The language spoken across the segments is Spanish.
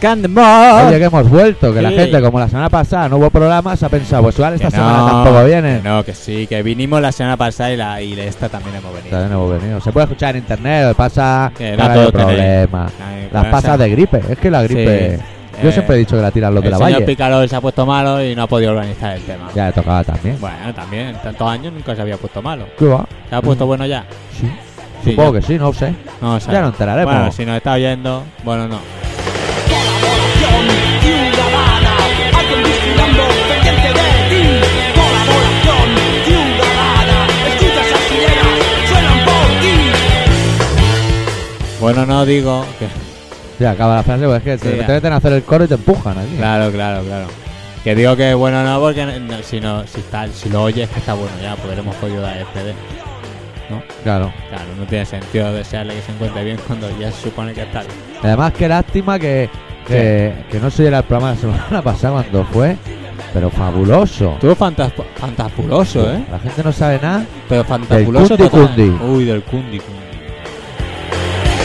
Candyman. Oye, que hemos vuelto, que la Ah. Sí. gente, como la semana pasada no hubo programa, se ha pensado, pues igual esta Que semana no, tampoco viene. que No, que sí, que vinimos la semana pasada y, la, y esta también hemos venido. También hemos venido. Se puede escuchar en internet, pasa Que no no hay todo problema. tenéis. Las Pasa- pasas de gripe, es que la gripe. Sí. Yo Eh, siempre he dicho que la tiran los de El la señor valle. Pícaro se ha puesto malo y no ha podido organizar el tema. Ya le tocaba también. Bueno, también, en tantos años nunca se había puesto malo. ¿Qué va? ¿Se ha puesto bueno ya? Mm, Sí. Sí, Supongo que sí, no sé. ya. No, o sea, Ya no enteraremos. Bueno, si nos está oyendo, bueno, no. Colaboración ciudadana, alguien vigilando, pendiente de ti. Colaboración ciudadana, escucha esas sirenas, suenan por ti. Bueno, no digo que... Ya acaba la frase, pues es que te, Sí, ya. te meten a hacer el coro y te empujan aquí. Claro, claro, claro. Que digo que bueno no, porque no- si no, si está, si lo oyes que está bueno ya, pues hemos podido dar el CD. Claro. Claro, no tiene sentido desearle que se encuentre bien cuando ya se supone que está bien. Además, qué lástima que, que, que no se diera el programa la semana pasada cuando fue, pero fabuloso. Tú fantas- fantapuloso, ¿eh? La gente no sabe nada. Pero fantapuloso Del cundi total. Uy, del cundi cundi.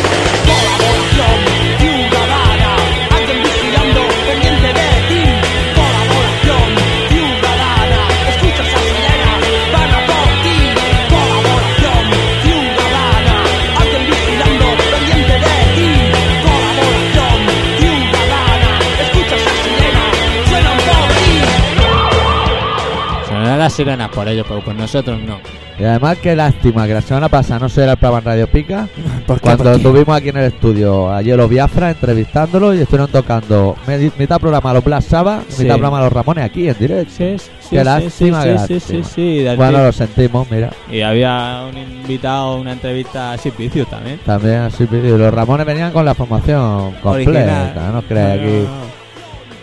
Colaboración ciudadana, alguien vigilando, pendiente de ti. Colaboración ciudadana, escucha esas sirenas, van a por ti. Colaboración ciudadana, alguien vigilando, pendiente de ti. Colaboración ciudadana, escucha esas sirenas, suenan por ti. Sonarán las sirenas por ello, pero pues nosotros no. Y además, qué lástima que la semana pasada no se diera el programa en Radio Pica. Cuando estuvimos aquí en el estudio, ayer los Biafra entrevistándolo y estuvieron tocando medi- mitad programa los Blas Saba, Sí. mitad programa los Ramones aquí en directo. Sí, sí, Qué lástima, sí, qué sí, sí, sí, lástima. sí, de Bueno, arti- lo sentimos, mira. Y había un invitado, una entrevista a Simplicio también. También así, y los Ramones venían con la formación completa, Original. no crees No, no, aquí. no.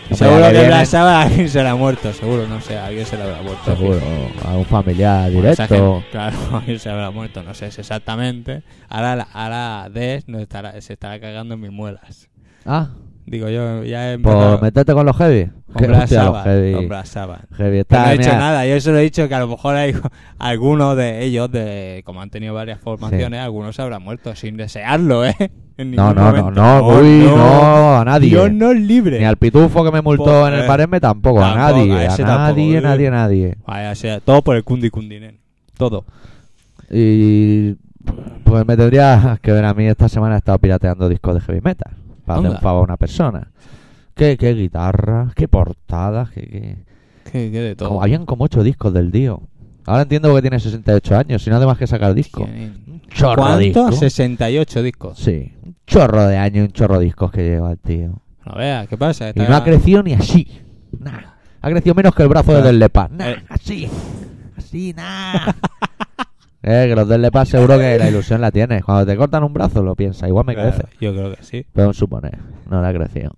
Hombre, Seguro ahora que vienen- Blasaba alguien se le ha muerto, seguro, no sé, alguien se le habrá muerto. Seguro, a un familiar Bueno, esa directo. gente, claro, alguien se habrá muerto, no sé es exactamente. Ahora, la- ahora Des nos estará, se estará cagando en mis muelas. Ah, Digo yo, ya he empezado por meterte con los heavy. con Que- hostia, los Blasaba. heavy. Con Blasaba. Que heavy no está, he hecho mira, nada, yo solo he dicho que a lo mejor hay algunos de ellos, de como han tenido varias formaciones, algunos se habrán muerto sin desearlo, ¿eh? En No, ningún no, no, momento. no, Oh, uy, no, a nadie. Dios nos libre. Ni al pitufo que me multó Por- en el Este, eh, barembe tampoco, a tampoco, nadie, a a, ese nadie, tampoco, nadie, eh. nadie. Vaya, sea, todo por el cundi cundinen. Todo. Y pues me tendrías que ver a mí esta semana he estado pirateando discos de heavy metal para hacer Anda. un favor a una persona. Qué, qué guitarras, qué portadas, qué, qué- Que, que de todo. Como- habían como ocho discos del Dio. Ahora entiendo por qué tiene 68 años, si no además que sacar disco. Tienen- Un chorro de ¿Cuánto? discos. 68 discos. Sí, un chorro de años, y un chorro de discos que lleva el tío. No veas, ¿qué pasa? Y Está- no ha crecido ni así. Nah. Ha crecido menos que el brazo de Claro. Del Lepa. Nah, Eh. así. Así, nah. eh, que los Del Lepa seguro que la ilusión la tienes. Cuando te cortan un brazo lo piensas. Igual me Claro, crece. Yo creo que sí. Pero un suponer. No le ha crecido.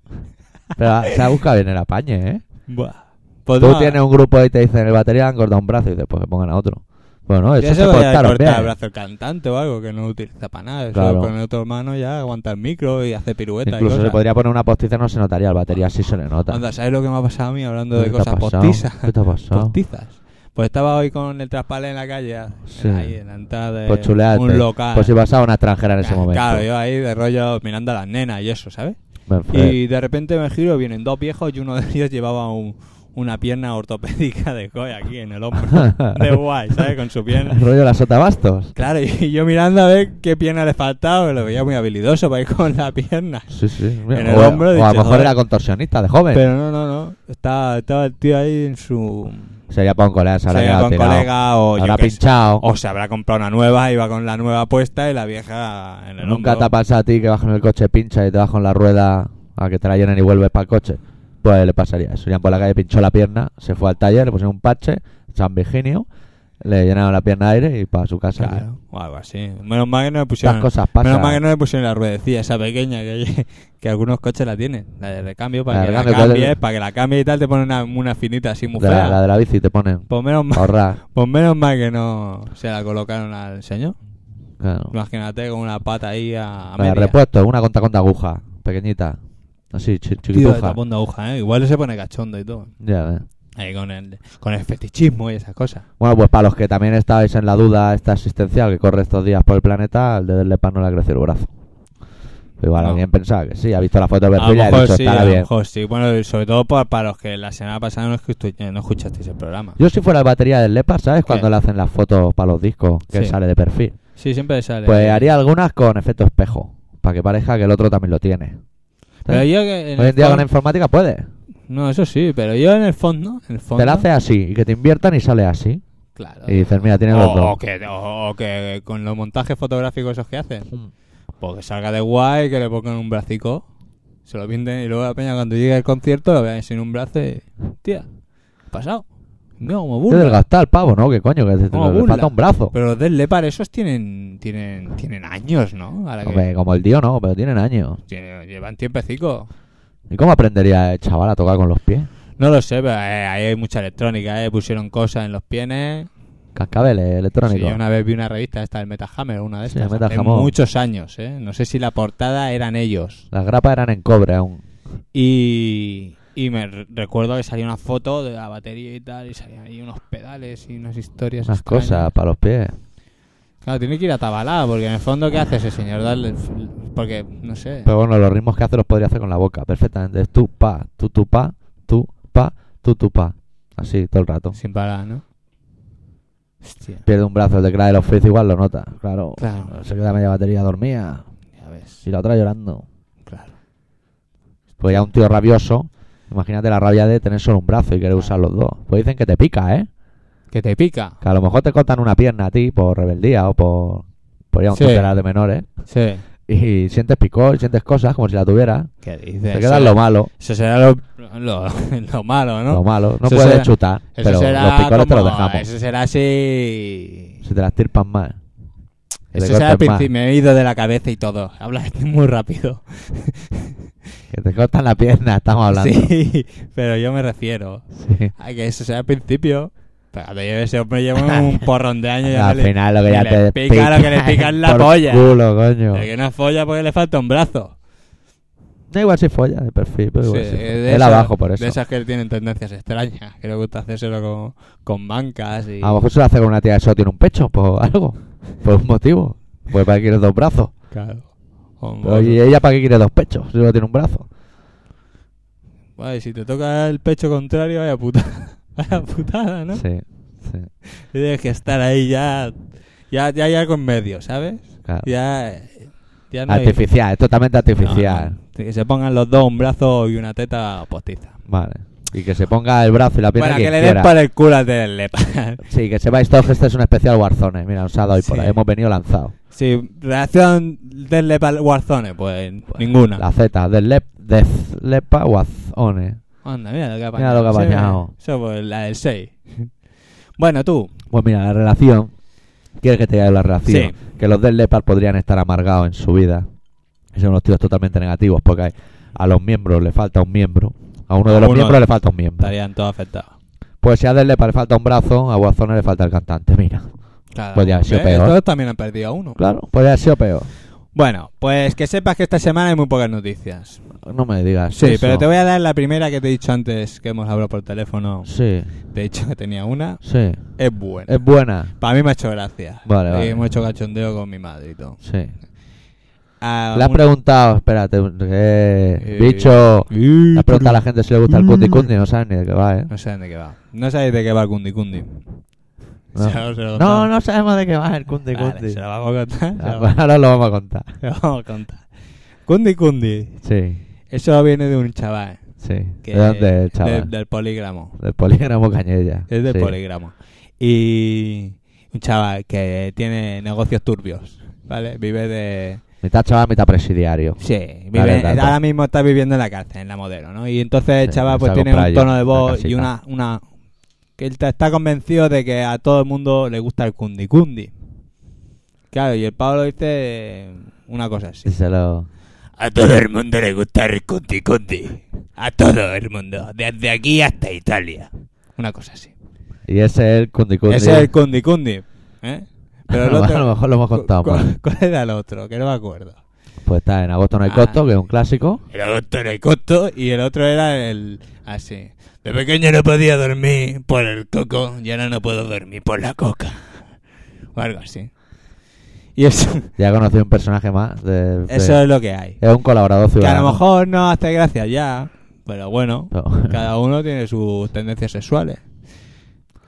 Pero ah, se ha buscado bien el apañe, ¿eh? Buah. Pues Tú no, tienes un grupo y te dicen el batería le han cortado un brazo y después que pongan a otro. Bueno, eso ya se se podía cortaron cortar bien. el brazo el cantante o algo que no lo utiliza para nada. Claro. Solo con el otro hermano ya aguanta el micro y hace piruetas. y Incluso se cosas. podría poner una postiza no se notaría. El batería sí se le nota. Anda, ¿sabes lo que me ha pasado a mí hablando de ¿Qué te ha cosas pasado? postizas? ¿Qué te ha pasado? Postizas. Pues estaba hoy con el traspalé en la calle, en- Sí. ahí en la entrada de Por chulearte. eh, un local. Por Pues si pasaba una extranjera en ese Claro, momento. Claro, yo ahí de rollo mirando a las nenas y eso, ¿sabes? Ben Fred. Y de repente me giro, vienen dos viejos y uno de ellos llevaba un- una pierna ortopédica de coy aquí en el hombro. De guay, ¿sabes? Con su pierna. El rollo de las sotabastos. Claro, y yo mirando a ver qué pierna le faltaba, lo veía muy habilidoso para ir con la pierna. Sí, sí. Mira, En el o, hombro, o he dicho, a lo mejor joder. era contorsionista de joven. Pero no, no, no. Estaba, estaba el tío ahí en su. Sería para un colega, se habrá se iba quedado con tirado. colega o yo Habrá qué sé. pinchado. O se habrá comprado una nueva, iba con la nueva puesta y la vieja en el Nunca hombro. te ha pasado a ti que vas con el coche, pincha y te vas con la rueda a que te la llenen y vuelves para el coche. Pues le pasaría eso. Irían por la calle, pinchó la pierna, se fue al taller, le pusieron un parche, San Virginio, le llenaron la pierna de aire y para su casa. tío. Claro, o algo así. Menos mal que no le Estas pusieron. cosas pasan. Menos mal que no le pusieron la ruedecilla esa pequeña que, que algunos coches la tienen. La de recambio para La de que recambio, la ¿cuál cambies, es? para que la cambie y tal, te ponen una, una finita así muy de la, la fea. de la bici te ponen. Pues menos mal, Ahorrar. pues menos mal que no se la colocaron al señor. Claro. Imagínate con una pata ahí a, a La de media. repuesto, una conta conta aguja, pequeñita. Así, chi- Tío, de chiquituja. tapón de aguja, ¿eh? Igual se pone cachondo y todo. Ya eh. ves. Ahí con el, con el fetichismo y esas cosas. Bueno, pues para los que también estáis en la duda esta existencial que corre estos días por el planeta, el de Del Lepa no le ha crecido el brazo. Pero Igual No. alguien pensaba que sí, ha visto la foto Pues de Ah. A lo perfil y ha mejor dicho, sí, estará a lo bien. mejor sí. Bueno, y sobre todo pa- para, los que la semana pasada no, escuchu- eh, no escuchasteis el programa. Yo si fuera el batería del Lepa, ¿sabes? ¿Qué? Cuando le hacen las fotos para los discos que Sí. sale de perfil. Sí, siempre sale. Pues haría algunas con efecto espejo, para que parezca que el otro también lo tiene. Pero yo que en Hoy el en día con la fondo- informática puede. No, eso sí, pero yo en el fondo... En el fondo Ah. Te la hace así y que te inviertan y sale así. Claro. Y dices, mira, tienes los o, dos. o que, o- o que con los montajes fotográficos esos que hacen. Mm. Pues que salga de guay, que le pongan un bracico. Se lo pinten y luego la peña cuando llegue al concierto lo vean sin un brazo y... Tía, ¿qué ha pasado? No, como Qué burla. desgastado el pavo, ¿no? Que coño, que te- Como le burla. falta un brazo. Pero los del Lepar esos tienen, tienen, tienen años, ¿no? Ahora que Hombre, como el tío no, pero tienen años. tiene- llevan tiempecico. ¿Y cómo aprendería el chaval a tocar con los pies? No lo sé, pero eh, ahí hay mucha electrónica, ¿eh? Pusieron cosas en los pienes. Cascabeles Sí, electrónicos. yo una vez vi una revista esta del Metahammer, una de Sí, estas. el hace Metahammer. muchos años, ¿eh? No sé si la portada eran ellos. Las grapas eran en cobre aún. Y, y me re- recuerdo que salía una foto de la batería y tal, y salían ahí unos pedales y unas historias. Esas extrañas. cosas para los pies. Claro, tiene que ir atabalada, porque en el fondo, ¿qué hace ese señor? Darle. Porque, no sé. Pero bueno, los ritmos que hace los podría hacer con la boca, perfectamente. Es tu pa, tu tu pa, tu pa, tu tu pa. Así todo el rato. Sin parar, ¿no? Hostia. Pierde un brazo, el de Cry del Office igual lo nota. Claro. Claro. Se queda media batería dormida Ya ves. y la otra llorando. Claro. Pues ya un tío rabioso. Imagínate la rabia de tener solo un brazo y querer usar los dos. Pues dicen que te pica, ¿eh? Que te pica. Que a lo mejor te cortan una pierna a ti por rebeldía o por, por ir a un Sí. tutelar de menores. Sí. Y sientes picor, sientes cosas como si la tuvieras. ¿Qué Te dices? queda lo malo, Eso será lo, lo, lo malo, ¿no? lo malo. No Eso puedes será- chutar, eso pero será los picores te los como- dejamos. Eso será así. Si te las tirpan más. Que te Eso será al corten más. principio. Me he ido de la cabeza y todo. Hablas muy rápido. Que te cortan la pierna, estamos hablando. Sí, pero yo me refiero Sí. a que eso será al principio. Pero cuando lleve ese hombre lleva un porrón de años. ya Al no le- final lo que ni ya le te pica lo que le pica es la por polla. culo, coño. el que no folla porque le falta un brazo. Da igual si folla de perfil, pero igual Sí, si folla. de Él esas- abajo por eso. De esas que tienen tendencias extrañas. Que le gusta hacérselo con, con bancas y... A lo mejor se lo hace con una tía que solo tiene un pecho, por algo. Por un motivo. Pues para qué quiere dos brazos. Claro. Con Pero, ¿y ella para qué quiere dos pechos? Si solo tiene un brazo. Vale, si te toca el pecho contrario, vaya putada. Vaya putada, ¿no? Sí, sí, Tienes que estar ahí ya. Ya, ya hay algo en medio, ¿sabes? claro. Ya. Ya no hay- artificial, es totalmente No, no. artificial. Que se pongan los dos un brazo y una teta postiza. Vale. Y que se ponga el brazo y la pierna Para que quien le den quiera. para el culo al del lepa. Sí, que sepáis todos que este es un especial Warzone. Mira, nos ha dado hoy por Sí. ahí. Hemos venido lanzados. Sí, reacción del lepa al Warzone, pues, ninguna. La Z, de, lep, de z- Lepa Warzone. Anda, mira lo que ha Mira lo que ha apañado. Sí, apañado. Eso, pues, la del 6. Bueno, tú. Pues mira, la relación. ¿Quieres que te diga la relación? Que los del Lepar podrían estar amargados en su vida. Y Son unos tíos totalmente negativos porque hay- a los miembros le falta un miembro. A uno de A los uno miembros le falta un miembro. Estarían todos afectados. Pues si a del Lepar le falta un brazo, a Warzone le falta el cantante. Mira, Claro. Pues ya ha sido ¿Ves? peor. Todos ¿eh? también han perdido a uno. claro, podría haber sido peor. Bueno, pues que sepas que esta semana hay muy pocas noticias. No me digas. Sí, Pues eso. pero te voy a dar la primera que te he dicho antes que hemos hablado por teléfono. Sí, Te he dicho que tenía una. sí. Es buena. Es buena. Para mí me ha hecho gracia. Vale, Y vale. hemos hecho cachondeo con mi madre y todo. Sí. Ah, Le has un- preguntado, espérate, un- eh, Eh, bicho. Y- Le has preguntado a la gente si le gusta el cundi cundi, no saben ni de qué va, ¿eh? No saben de qué va. No sabéis de qué va el Cundi Cundi. No. Se lo- se lo No, contamos. no sabemos de qué va el cundi Vale, cundi. Ah, pues se lo vamos a contar. se lo vamos- Ahora lo vamos a contar. se lo vamos a contar. Cundi Cundi. Sí, Eso viene de un chaval. sí. Que ¿De dónde el chaval? de- del polígramo. Del polígramo Cañella. Es del sí. poligramo. Y un chaval que tiene negocios turbios, ¿vale? Vive de... Mitad chaval, mitad presidiario. Sí, vive, Dale, dale. ahora mismo está viviendo en la cárcel, en la modelo, ¿no? Y entonces el Sí, chaval se pues ha tiene comprado un ya tono de la voz casita. y una... una que él ta- está convencido de que a todo el mundo le gusta el cundi cundi. Claro, y el Pablo dice una cosa así. Y se lo... A todo el mundo le gusta el cundi cundi. A todo el mundo, desde aquí hasta Italia. Una cosa así. Y ese es el cundi cundi. Ese es el Cundi Cundi. ¿eh? Pero el A otro, lo mejor lo hemos cu- contado cu- mal. ¿Cuál era el otro? Que no me acuerdo. Pues está en Agosto no hay Ah. costo, que es un clásico. El otro era el costo y el otro era el así. De pequeño no podía dormir por el coco y ahora no puedo dormir por la coca. O algo así. Y eso, Ya conocí un personaje más. De, de- eso es lo que hay. Es un colaborador Que a ciudadano. lo mejor no hace gracia ya, pero bueno, Pero- cada uno tiene sus tendencias sexuales.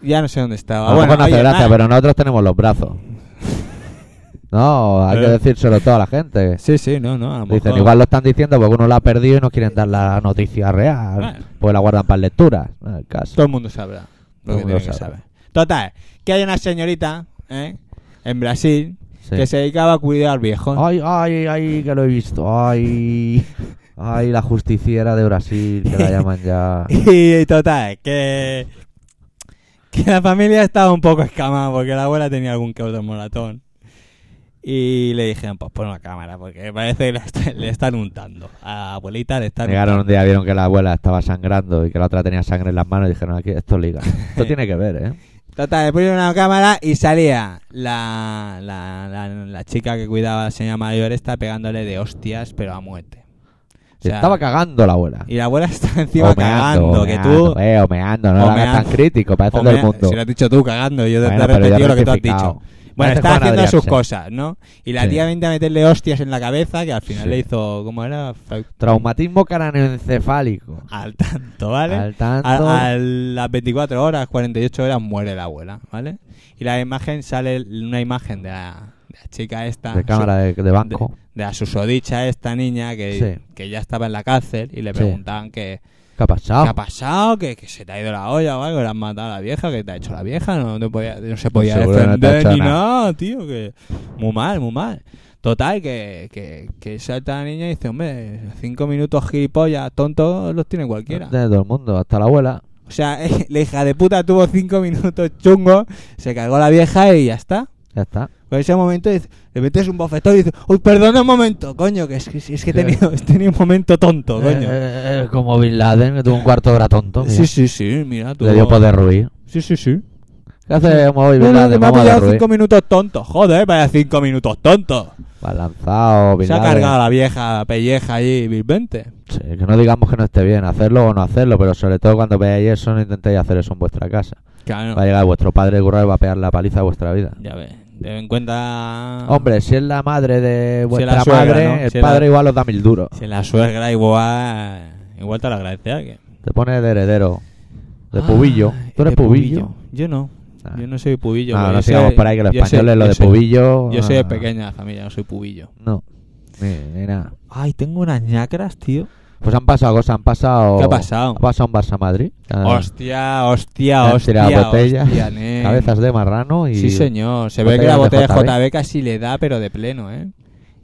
Ya no sé dónde estaba. A lo bueno, mejor no hace oye, gracia, nada. pero nosotros tenemos los brazos. No, hay que Eh. decírselo todo a la gente. Sí, sí, no, no, a lo Dicen, mejor. igual lo están diciendo porque uno lo ha perdido y no quieren dar la noticia real. Bueno. Pues la guardan para lectura. No es el caso. Todo el mundo sabrá lo Todo que el mundo tiene que sabe. saber. Total, que hay una señorita ¿eh? en Brasil Sí. que se dedicaba a cuidar viejos. Ay, ay, ay, que lo he visto. Ay, ay, la justiciera de Brasil, que la llaman ya. Y total, que, que la familia estaba un poco escamada porque la abuela tenía algún que otro moratón. Y le dijeron, pues pon una cámara, porque parece que la está- le están untando. A la abuelita le están Llegaron un untando. día, vieron que la abuela estaba sangrando y que la otra tenía sangre en las manos y dijeron, aquí, esto liga. Esto tiene que ver, ¿eh? Total, le pusieron una cámara y salía la, la, la, la chica que cuidaba a la señora mayor está pegándole de hostias, pero a muerte. O Se sea, estaba cagando la abuela. Y la abuela está encima Omeando, cagando, que tú... omeando, Eh, omeando, no lo hagas Omeando. tan crítico, parece Hombre, del mundo. Si lo has dicho tú cagando, yo te- Bueno, te he pero ya repetido lo que tú has rectificado. dicho. Bueno, Este estaba Juan haciendo sus Adrián, sí. cosas, ¿no? Y la Sí. tía venía a meterle hostias en la cabeza, que al final Sí. le hizo, ¿cómo era? Fra- Traumatismo craneoencefálico. Al tanto, ¿vale? Al tanto. A, a las 24 horas, 48 horas muere la abuela, ¿vale? Y la imagen sale una imagen de la, de la chica esta. de cámara de, de su- de, banco. de la susodicha esta niña que, Sí. que ya estaba en la cárcel y le Sí. preguntaban que, ¿Qué ha pasado? ¿Qué ha pasado? ¿Que, que se te ha ido la olla o algo? ¿Le has matado a la vieja? ¿Que te ha hecho la vieja? No, te podía- no se podía Seguro que no te ha defender hecho ni nada. nada, tío. Que... Muy mal, muy mal. Total, que, que, que salta la niña y dice, hombre, cinco minutos gilipollas, tontos los tiene cualquiera. de todo el mundo, hasta la abuela. O sea, la hija de puta tuvo cinco minutos chungos, se cargó la vieja y ya está. Ya está. Por ese momento dice- le metes un bofetón y dices, uy, perdona un momento, coño, que es que, es que he, Sí. tenido, he tenido un momento tonto, Eh, coño. eh, eh, como Bin Laden, que tuvo un cuarto de hora tonto. mira. sí, sí, sí, mira, tú. Le dio poder ruir. Sí, sí, sí. ¿Qué hace hoy No, no, Bin Laden? me ha Vamos a pillado derruir. cinco minutos tontos. Joder, vaya cinco minutos tontos. Balanzado, Bin Se ha Laden. cargado la vieja pelleja allí, vilmente. Sí, que no digamos que no esté bien hacerlo o no hacerlo, pero sobre todo cuando veáis eso, no intentéis hacer eso en vuestra casa. Claro. Va a llegar vuestro padre currar y va a pegar la paliza de vuestra vida. Ya ves, ten en cuenta... Hombre, si es la madre de vuestra Ah. la suegra, madre, ¿no? el Si es la- padre igual os da mil duros. Si la suegra igual... Igual te lo agradece a alguien. Te pone de heredero, de pubillo. Ay, ¿Tú eres Ah, de pubillo? Yo no. Ah. Yo no soy pubillo. no, porque no yo sigamos soy- por ahí que los yo soy- españoles lo yo de soy- pubillo. ah. Yo soy no, de no, pequeña la familia, no soy pubillo. No, ni, ni nada. Ay, tengo unas ñacras, tío. Pues han pasado cosas, han pasado. ¿Qué ha pasado? Ha pasado un Barça Madrid. Hostia, hostia, Han hostia, Ah. tirado botellas, hostia, nen. Cabezas de marrano y. Sí, señor. Se ve botellas que la botella de JB. de JB casi le da, pero de pleno, ¿eh?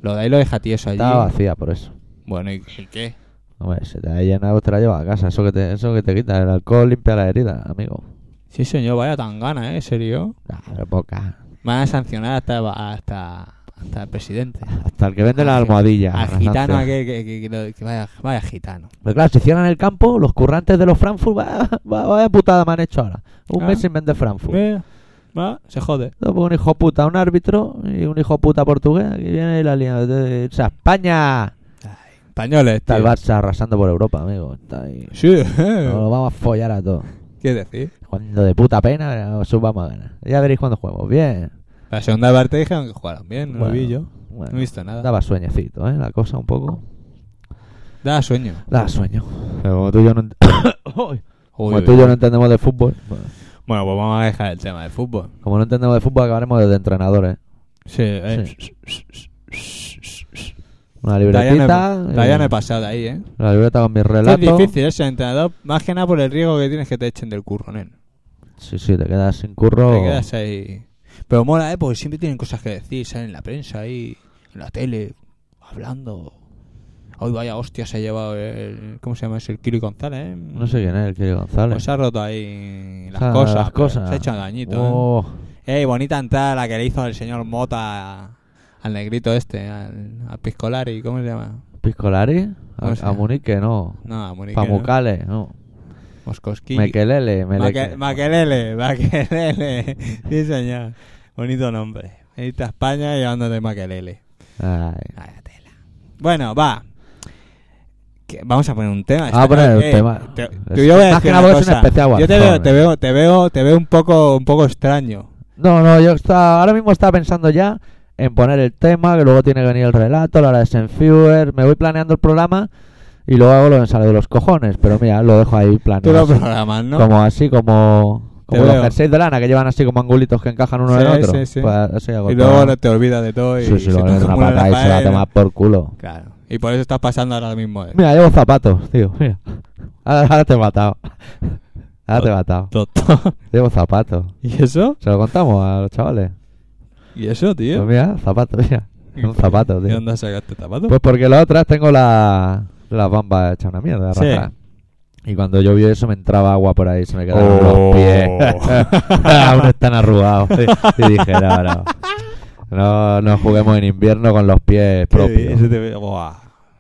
Lo da y lo deja tieso allí. Estaba vacía por eso. Bueno, ¿y y qué? Hombre, si te ha llenado, te la llevas a casa. Eso que te, eso que te quita. El alcohol limpia la herida, amigo. Sí, señor, vaya tan gana, ¿eh? Serio. Ah, pero poca. Van a sancionar hasta, hasta, hasta el presidente. Hasta el que vende la Al- almohadilla. Al la gitano sanción. aquel que, que- que lo- que vaya, vaya gitano. Pero claro, si cierran el campo, los currantes de los Frankfurt, va- va- vaya putada me han hecho ahora. Un Ah. mes sin vender Frankfurt. Mira, va, se jode. No, pues un hijo puta, un árbitro y un hijo puta portugués. Aquí viene y la línea de irse a España. Españoles, Está el tío. Barça arrasando por Europa, amigo. Está ahí. Sí, ¿eh? Nos lo vamos a follar a todos. ¿Qué decir? Cuando de puta pena eh, os vamos a ganar. Ya veréis cuando juguemos. Bien. La segunda parte dijeron que jugaron bien, no Bueno, lo vi yo. bueno. No he visto nada. Daba sueñecito, ¿eh? La cosa un poco. Da sueño. Daba sueño. Pero como tú y yo no, ent- Uy. Uy, Como uy. tú y yo no entendemos de fútbol, bueno, Bueno, pues vamos a dejar el tema del fútbol. como no entendemos de fútbol, acabaremos de entrenadores. Sí, eh. Una Todavía libretita. no he- todavía eh, no he pasado de ahí, ¿eh? La libreta con mis Sí, Es relatos. difícil ese entrenador, más que nada por el riesgo que tienes que te echen del curro, nen. Sí, sí, te quedas sin curro. Te quedas ahí. Pero mola, ¿eh? Porque siempre tienen cosas que decir, salen en la prensa ahí, en la tele, hablando. Hoy vaya hostia se ha llevado el... ¿Cómo se llama ese? El Kiri González, ¿eh? No sé quién es el Kiri González. Pues se ha roto ahí las O sea, cosas. las pero cosas. Se ha hecho dañito, Oh, ¿eh? Ey, bonita entrada la que le hizo el señor Mota al negrito este, al, al Piscolari, ¿cómo se llama? Piscolari. A, No sé. a Munique, no. No, a Pues Munique, ¿no? Pamucale, no. Moscoski. Mekelele, Maque- Meleke. Maquelele, Maquelele. Sí, señor. Bonito nombre. Veniste a España llevándote Maquelele. Ay. Vaya tela. Bueno, va. Que- Vamos a poner un tema. Vamos a poner un Eh, tema. te- Es- tú- yo voy a más decir que nada una porque es un cosa. especial Yo te Warhol, veo, te eh. veo, te veo, te veo un poco, un poco extraño. No, no, yo estaba, ahora mismo estaba pensando ya en poner el tema, que luego tiene que venir el relato, la hora de Senfuer. Me voy planeando el programa y luego hago lo que me sale de los cojones. Pero mira, lo dejo ahí Tú planeado. lo así, programas, ¿no? Como así, como, Te como los veo. jerseys de lana que llevan así como angulitos que encajan uno en Sí, otro. sí, sí. Pues así hago Y todo. luego no te olvidas de todo y Sí, sí, se luego te le meto una acumula la patada y se la faena. toma por culo. Claro. Y por eso estás pasando ahora mismo. eh. Mira, llevo zapatos, tío. Mira. Ahora, ahora te he matado. Ahora te he matado. Doctor. Llevo zapatos. ¿Y eso? Se lo contamos a los chavales. ¿Y eso, Pues tío? mira, zapatos, mira. Un zapato, ¿De tío. dónde este sacaste zapatos? Pues porque las otras tengo la, las bambas hechas una mierda, Sí. rajadas. Y cuando llovió eso me entraba agua por ahí, se me quedaron Oh. los pies. Aún están arrugados. Y dije, no, no. No, no juguemos en invierno con los pies Qué propios. bien, se te ve- Buah.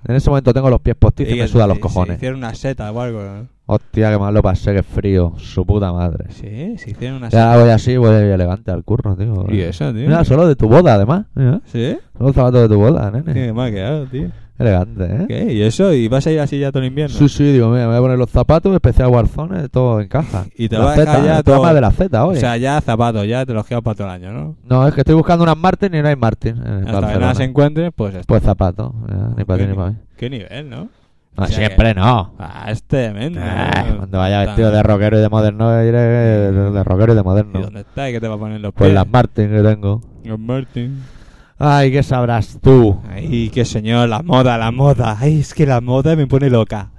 En ese momento tengo los pies postizos y me Oiga, sudan se- los se cojones. hicieron una seta o algo. ¿no? Hostia, que mal lo pasé, que frío. Su puta madre. Sí, se hicieron una Ya pues, seta. voy así, voy elegante al curro, tío. ¿Y eso, tío? Mira, solo de tu boda, además. Mira, ¿Sí? solo el zapato de tu boda, nene. Tiene más quedado, tío. Elegante, ¿eh? ¿Qué? ¿Y eso? ¿Y vas a ir así ya todo el invierno? Sí, sí, digo, mira, me voy a poner los zapatos, especial Warzone, todo en caja. Y te la va a dejar Zeta, ya el programa todo. de la Z o hoy. sea, ya zapatos, ya te los quedas para todo el año, ¿no? no, es que estoy buscando unas Martin y no hay Martin. En Hasta que Eh, Barcelona. nada se encuentre, pues esto. Pues zapatos, ya, ni para ti ni para mí. Qué nivel, ¿no? No, o sea siempre no. Ah, es tremendo. Ay, ¿no? Ah, cuando vaya Puta vestido de madre. rockero y de moderno, iré de de rockero y de ¿Y moderno. dónde está? ¿Y qué te va a poner los pies? Pues las Martin que tengo. Los Martin. Ay, ¿qué sabrás tú? Ay, qué señor, la moda, la moda. Ay, es que la moda me pone loca.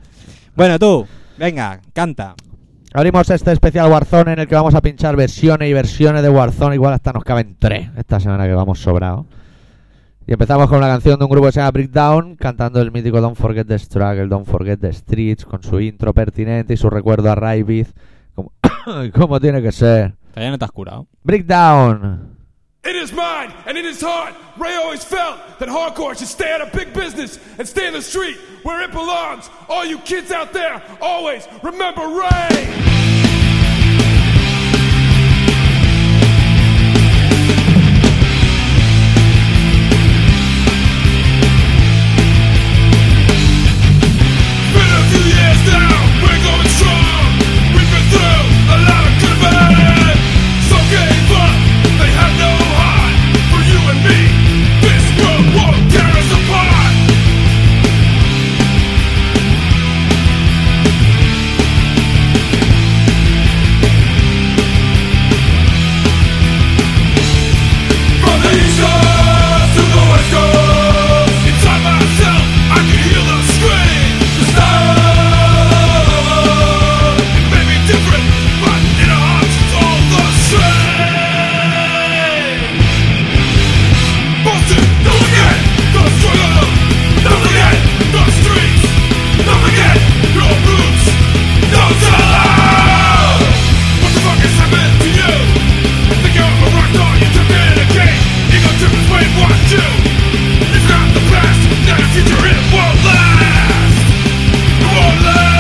Bueno, tú, venga, canta. Abrimos este especial Warzone en el que vamos a pinchar versiones y versiones de Warzone. Igual hasta nos caben tres esta semana que vamos sobrado. Y empezamos con una canción de un grupo que se llama Breakdown, cantando el mítico Don't Forget the Struggle, Don't Forget the Streets, con su intro pertinente y su recuerdo a Ray Beat, como, como tiene que ser. Todavía no te has curado. Breakdown. It is mine and it is hard. Ray always felt that hardcore should stay out of big business and stay in the street where it belongs. All you kids out there, always remember Ray. Been a few years now, we're going strong. We've been through a lot of good and bad. Some gave up, they had no heart. For you and me, this world won't tear us apart. From the east coast to the west coast, inside myself I can hear the scream. The sound it may be different, but in our hearts it's all the same. Bullshit, don't forget the struggle. Don't forget the streets. Don't forget your roots. Don't sell out. What the fuck has happened to you? Think you're a rock star, you took it again. Ego trip is way watch you. It's not the past, not the future, it won't last. It won't last.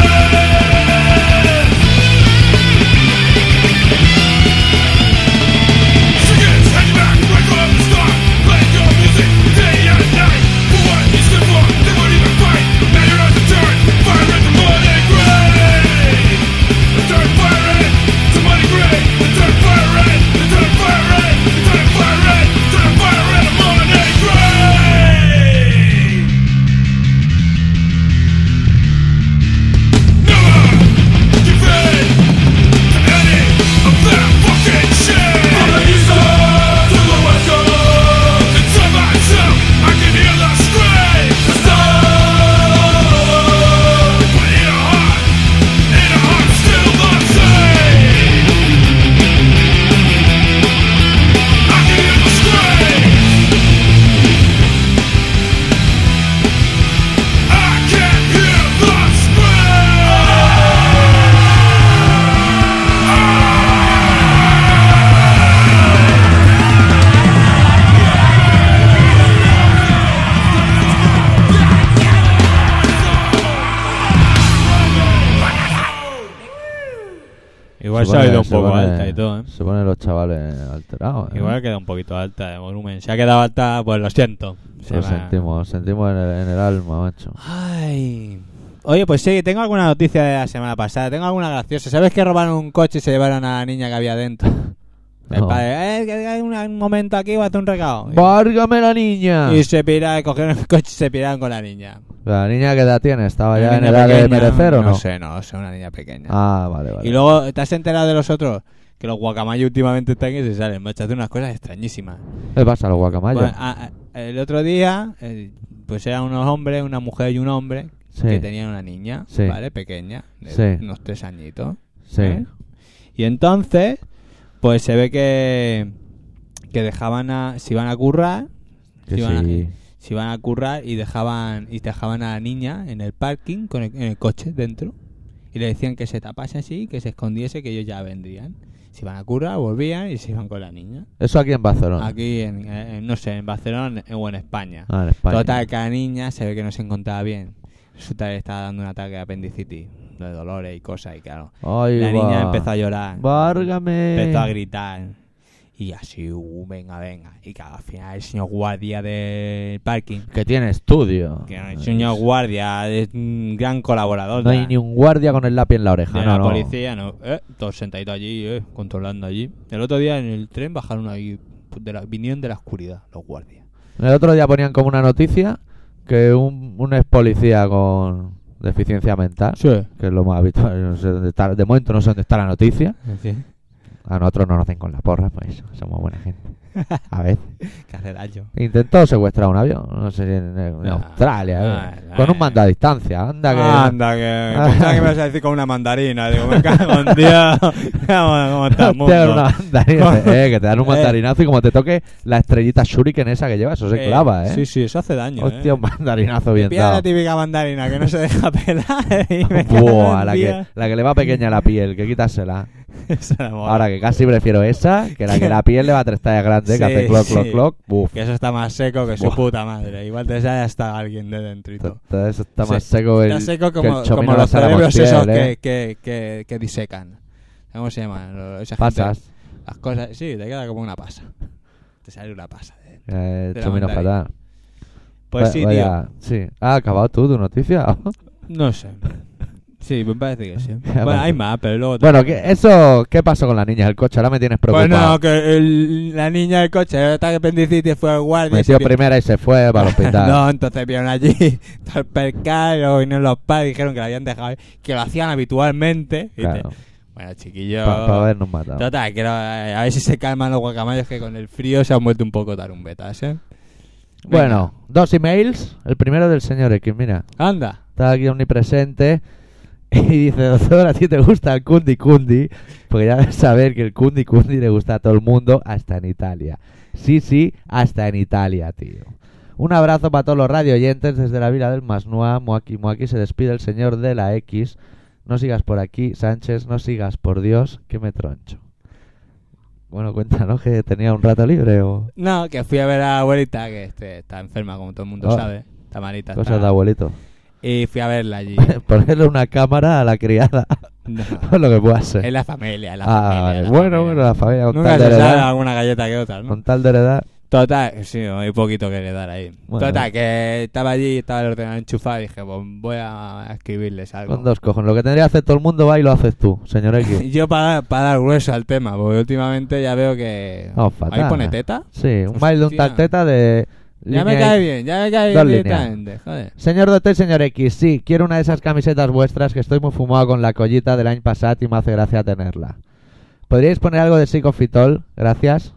Never give in Thank you I can hear the scream. Igual se, pone- ha ido un poco pone- alta y todo, ¿eh? Se ponen los chavales alterados. ¿eh? Igual queda un poquito alta de volumen. Si ha quedado alta, pues lo siento. Se Lo va. sentimos, sentimos en el, en el alma, macho. Ay. Oye, pues sí, tengo alguna noticia de la semana pasada. Tengo alguna graciosa. ¿Sabes que robaron un coche y se llevaron a la niña que había dentro? El No. padre, eh, que hay un- un momento aquí, va a hacer un recado. Y- ¡Várgame la niña! Y se pira, cogieron el coche y se piraron con la niña. ¿La niña qué edad tiene? ¿Estaba Una ya en niña edad de pequeña, merecer o no? No sé, no, sé, una niña pequeña. Ah, vale, vale. Y luego, ¿te has enterado de los otros? Que los guacamayos últimamente están que se salen, macho, hacen unas cosas extrañísimas. ¿Qué pasa a los guacamayos? Bueno, Pues, a- a- el otro día, eh, pues eran unos hombres, una mujer y un hombre, Sí. que tenían una niña, Sí. ¿vale? Pequeña, de Sí. unos tres añitos. sí. ¿eh? Y entonces, pues se ve que, que dejaban a, si iban a currar, Que si iban a- sí. se iban a currar y dejaban y dejaban a la niña en el parking con el, en el coche dentro y le decían que se tapase así que se escondiese que ellos ya vendrían se iban a currar volvían y se iban con la niña Eso aquí en Barcelona. aquí en, eh, en- no sé en Barcelona en- o en España Ah, en España. total que la niña se ve que no se encontraba bien resulta que le estaba dando un ataque de apendicitis de dolores y cosas y claro Ay, la niña va. empezó a llorar Várgame. empezó a gritar y así uh, venga venga y claro, al final el señor guardia del parking Que tiene estudio. que el señor guardia es un gran colaborador No de hay la- ni un guardia con el lápiz en la oreja. de no, la no. policía, no. Eh, todos sentaditos allí, eh, controlando allí. El otro día en el tren bajaron ahí, de la, vinieron de la oscuridad los guardias. El otro día ponían como una noticia que un, un ex policía con deficiencia mental, Sí. que es lo más habitual, no sé dónde está- de momento no sé dónde está la noticia. A nosotros no nos hacen con las porras, pues somos buena gente. A veces. Carreracho. Intentó secuestrar un avión, no sé si en, en Ah, Australia, ah, eh, ah. con un mando a distancia. Anda que. Anda, que. Pensaba que me vas a decir con una mandarina. Digo, me cago en Dios. Vamos, ¿Cómo está el Hostia, una mundo? mandarina. Eh, que te dan un Eh. mandarinazo y como te toque la estrellita shuriken esa que llevas, eso se Eh, clava, ¿eh? Sí, sí, eso hace daño. Hostia, eh. un mandarinazo bien Pilla la dado. típica mandarina que no se deja pelar. y me cago en Buah, la que, Dios. la que le va pequeña la piel, que quitársela. Esa la mola. Ahora que casi prefiero esa, que la que la piel le va a tres tallas grande, que Sí, hace cloc, sí. cloc, cloc. Buf. Que eso está más seco que su Buah. puta madre. Igual te sale hasta alguien de dentrito. Todo eso está Sí. más seco el, Está seco que como, el chomino como de la los Sara cerebros Montiel, esos eh. que, que, que, que disecan. ¿Cómo se llaman? Lo- esa gente- Pasas. las cosas. Sí, te queda como una pasa. Te sale una pasa. de- Eh, de la chomino mandarina. fatal. Pues Va- sí, tío. vaya- sí. ¿Ha acabado tú tu noticia? No sé. Sí, me parece que sí. Ya bueno, pasa. hay más, pero luego. te- bueno, ¿qué, eso, ¿qué pasó con la niña del coche? Ahora me tienes Pues preocupado. no, que el- la niña del coche, el ataque de apendicitis, fue al guardia. y Metió se pi- primera y se fue para el hospital. No, entonces vieron allí todo el percal, y luego vinieron los padres y dijeron que lo habían dejado, ahí, que lo hacían habitualmente. y claro, te- Bueno, chiquillo. para habernos matado. Total, que lo- eh, a ver si se calman los guacamayos que con el frío se han vuelto un poco tarumbetas, ¿eh? Venga. Bueno, dos emails. El primero del señor X, mira. Anda. Está aquí omnipresente. Y dice, doctor, ¿a ti te gusta el cundi cundi? Porque ya debes saber que el cundi cundi le gusta a todo el mundo, hasta en Italia. Sí, sí, hasta en Italia, tío. Un abrazo para todos los radio oyentes desde la vila del Masnua. Moaki Moaki se despide el señor de la X. No sigas por aquí, Sánchez, no sigas, por Dios, que me troncho. Bueno, cuéntanos que tenía un rato libre o... No, que fui a ver a la abuelita, que este, está enferma, como todo el mundo Ah. sabe. Está malita. está- Cosas de abuelito. Y fui a verla allí. Ponerle una cámara a la criada. No. lo que pueda ser. Es la familia, es la Ah, familia. vale. la Bueno, familia. bueno, la familia con Nunca tal de se sabe heredar. alguna galleta que otra, ¿no? Con tal de heredar. Total, sí, hay poquito que le dar ahí. Bueno. Total, que estaba allí, estaba el ordenador enchufado y dije, pues voy a escribirles algo. Con dos cojones. Lo que tendría que hacer todo el mundo va y lo haces tú, señor X. Yo para, para dar grueso al tema, porque últimamente ya veo que... Oh, fatal. Ahí pone teta. sí, un Hostia. mail de un tal teta de. Ya me línea cae X. bien, ya me cae Dos bien directamente, joder. Señor Doctor y señor X, sí, quiero una de esas camisetas vuestras que estoy muy fumado con la collita del año pasado y me hace gracia tenerla. ¿Podríais poner algo de psicofitol? Gracias.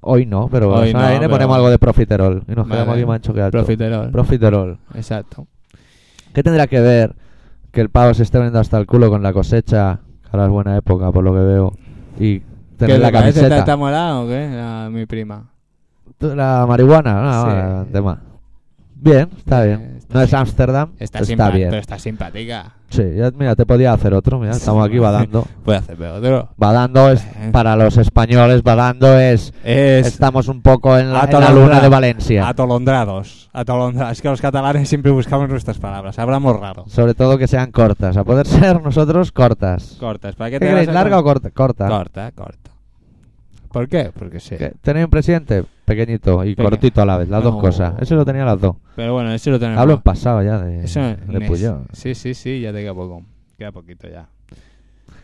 Hoy no, pero la Hoy semana no, que viene pero- ponemos algo de profiterol. Y nos Vale. quedamos aquí mancho que alto. Profiterol. Profiterol. Exacto. ¿Qué tendrá que ver que el pavo se esté vendiendo hasta el culo con la cosecha? que Ahora es buena época, por lo que veo. Y tener ¿Qué la te parece? ¿Está, camiseta. está molada o qué? La- mi prima. ¿Tú, La marihuana, no, Sí. vale, tema. Bien, está Eh, bien. está No es bien. Ámsterdam, Está, está, simpa- pero bien. está simpática. Sí, ya- mira, te podía hacer otro, mira, estamos aquí badando. Puede hacer peor, otro. Badando es, para los españoles, badando es, Eh. Es estamos un poco en la, en la Atolondra- luna de Valencia. atolondrados. Atolondrados. Es que los catalanes siempre buscamos nuestras palabras. Hablamos raro. Sobre todo que sean cortas, a poder ser nosotros cortas. Cortas. ¿Para ¿Qué qué te queréis, vas a- larga o corta? Corta. Corta, corta. ¿Por qué? Porque sí. Que Tenéis un presidente pequeñito y Pequeño. cortito a la vez, las No. dos cosas. Eso lo tenía las dos. Pero bueno, eso lo tenemos. Hablo en pasado ya de, Eso de es- Puyol. Sí, sí, sí, ya te queda poco. Queda poquito ya.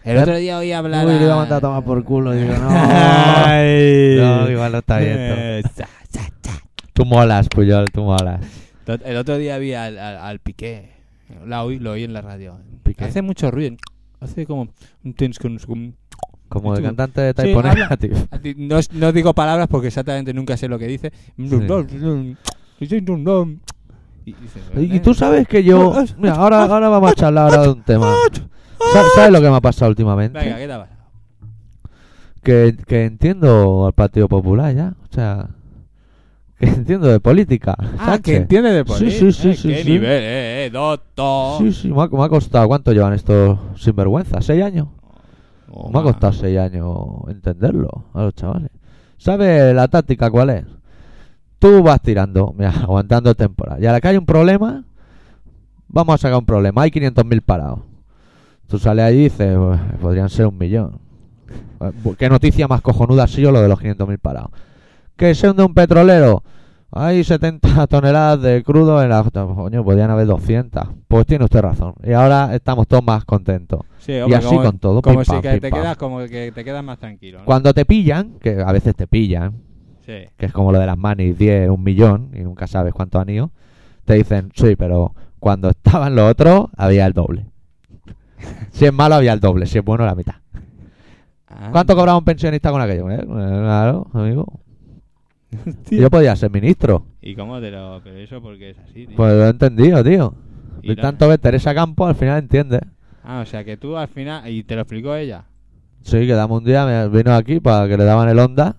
El El ot- otro día oí hablar. Uy, le iba a a- mandar a tomar por culo. Digo, no. Ay. no, igual no está bien. Eh, cha, cha, cha. Tú molas, Puyol, tú molas. Tot- El otro día vi al, al, al Piqué. La oí, lo oí en la radio. Piqué. Hace mucho ruido. Hace como un tens con un- Como el Tú. cantante de Sí, Typo habla. Negative. No, es- no digo palabras porque exactamente nunca sé lo que dice. Y, dices, Y y tú sabes que yo. Mira, ahora, ahora vamos a charlar ahora de un tema. Sa- ¿Sabes lo que me ha Venga, pasado últimamente? ¿qué Ah, tal? Que, que entiendo al Partido Popular ya. O sea. Que entiendo de política. Ah, Sánchez. que entiende de política. Sí, sí, sí, Eh, sí, Qué sí. nivel, eh, eh, doctor. Sí, sí, me ha, me ha costado. ¿Cuánto llevan estos sinvergüenzas? ¿Seis años? Oh, me ha ma. costado seis años entenderlo a los chavales. ¿Sabes la táctica cuál es? Tú vas tirando, mira, aguantando temporada. Y a la que hay un problema, vamos a sacar un problema. Hay 500.000 parados. Tú sales allí y dices, "Pues, podrían ser un millón. Eh, bu- ¿Qué noticia más cojonuda ha sido lo de los 500.000 parados? Que se hunde un petrolero. Hay 70 toneladas de crudo en la... Coño, podían haber 200. Pues tiene usted razón. Y ahora estamos todos más contentos. Sí, hombre, así como- con todo, Como pim, si pam, que pim, te pam. quedas como que te quedas más tranquilo. ¿no? Cuando te pillan, que a veces te pillan, Sí. que es como lo de las manis 10, un millón, y nunca sabes cuánto han ido, te dicen, sí, pero cuando estaban los otros, había el doble. Si es malo, había el doble. Si es bueno, la mitad. Ah. ¿Cuánto cobraba un pensionista con aquello? Eh, Claro, amigo. Yo podía ser ministro. ¿Y cómo te lo.? Pero eso porque es así, tío. Pues lo he entendido, tío. Y Y la- tanto que Teresa Campo al final entiende. Ah, o sea que tú al final. ¿Y te lo explicó ella? Sí, quedamos un día, me- vino aquí para que le daban el onda,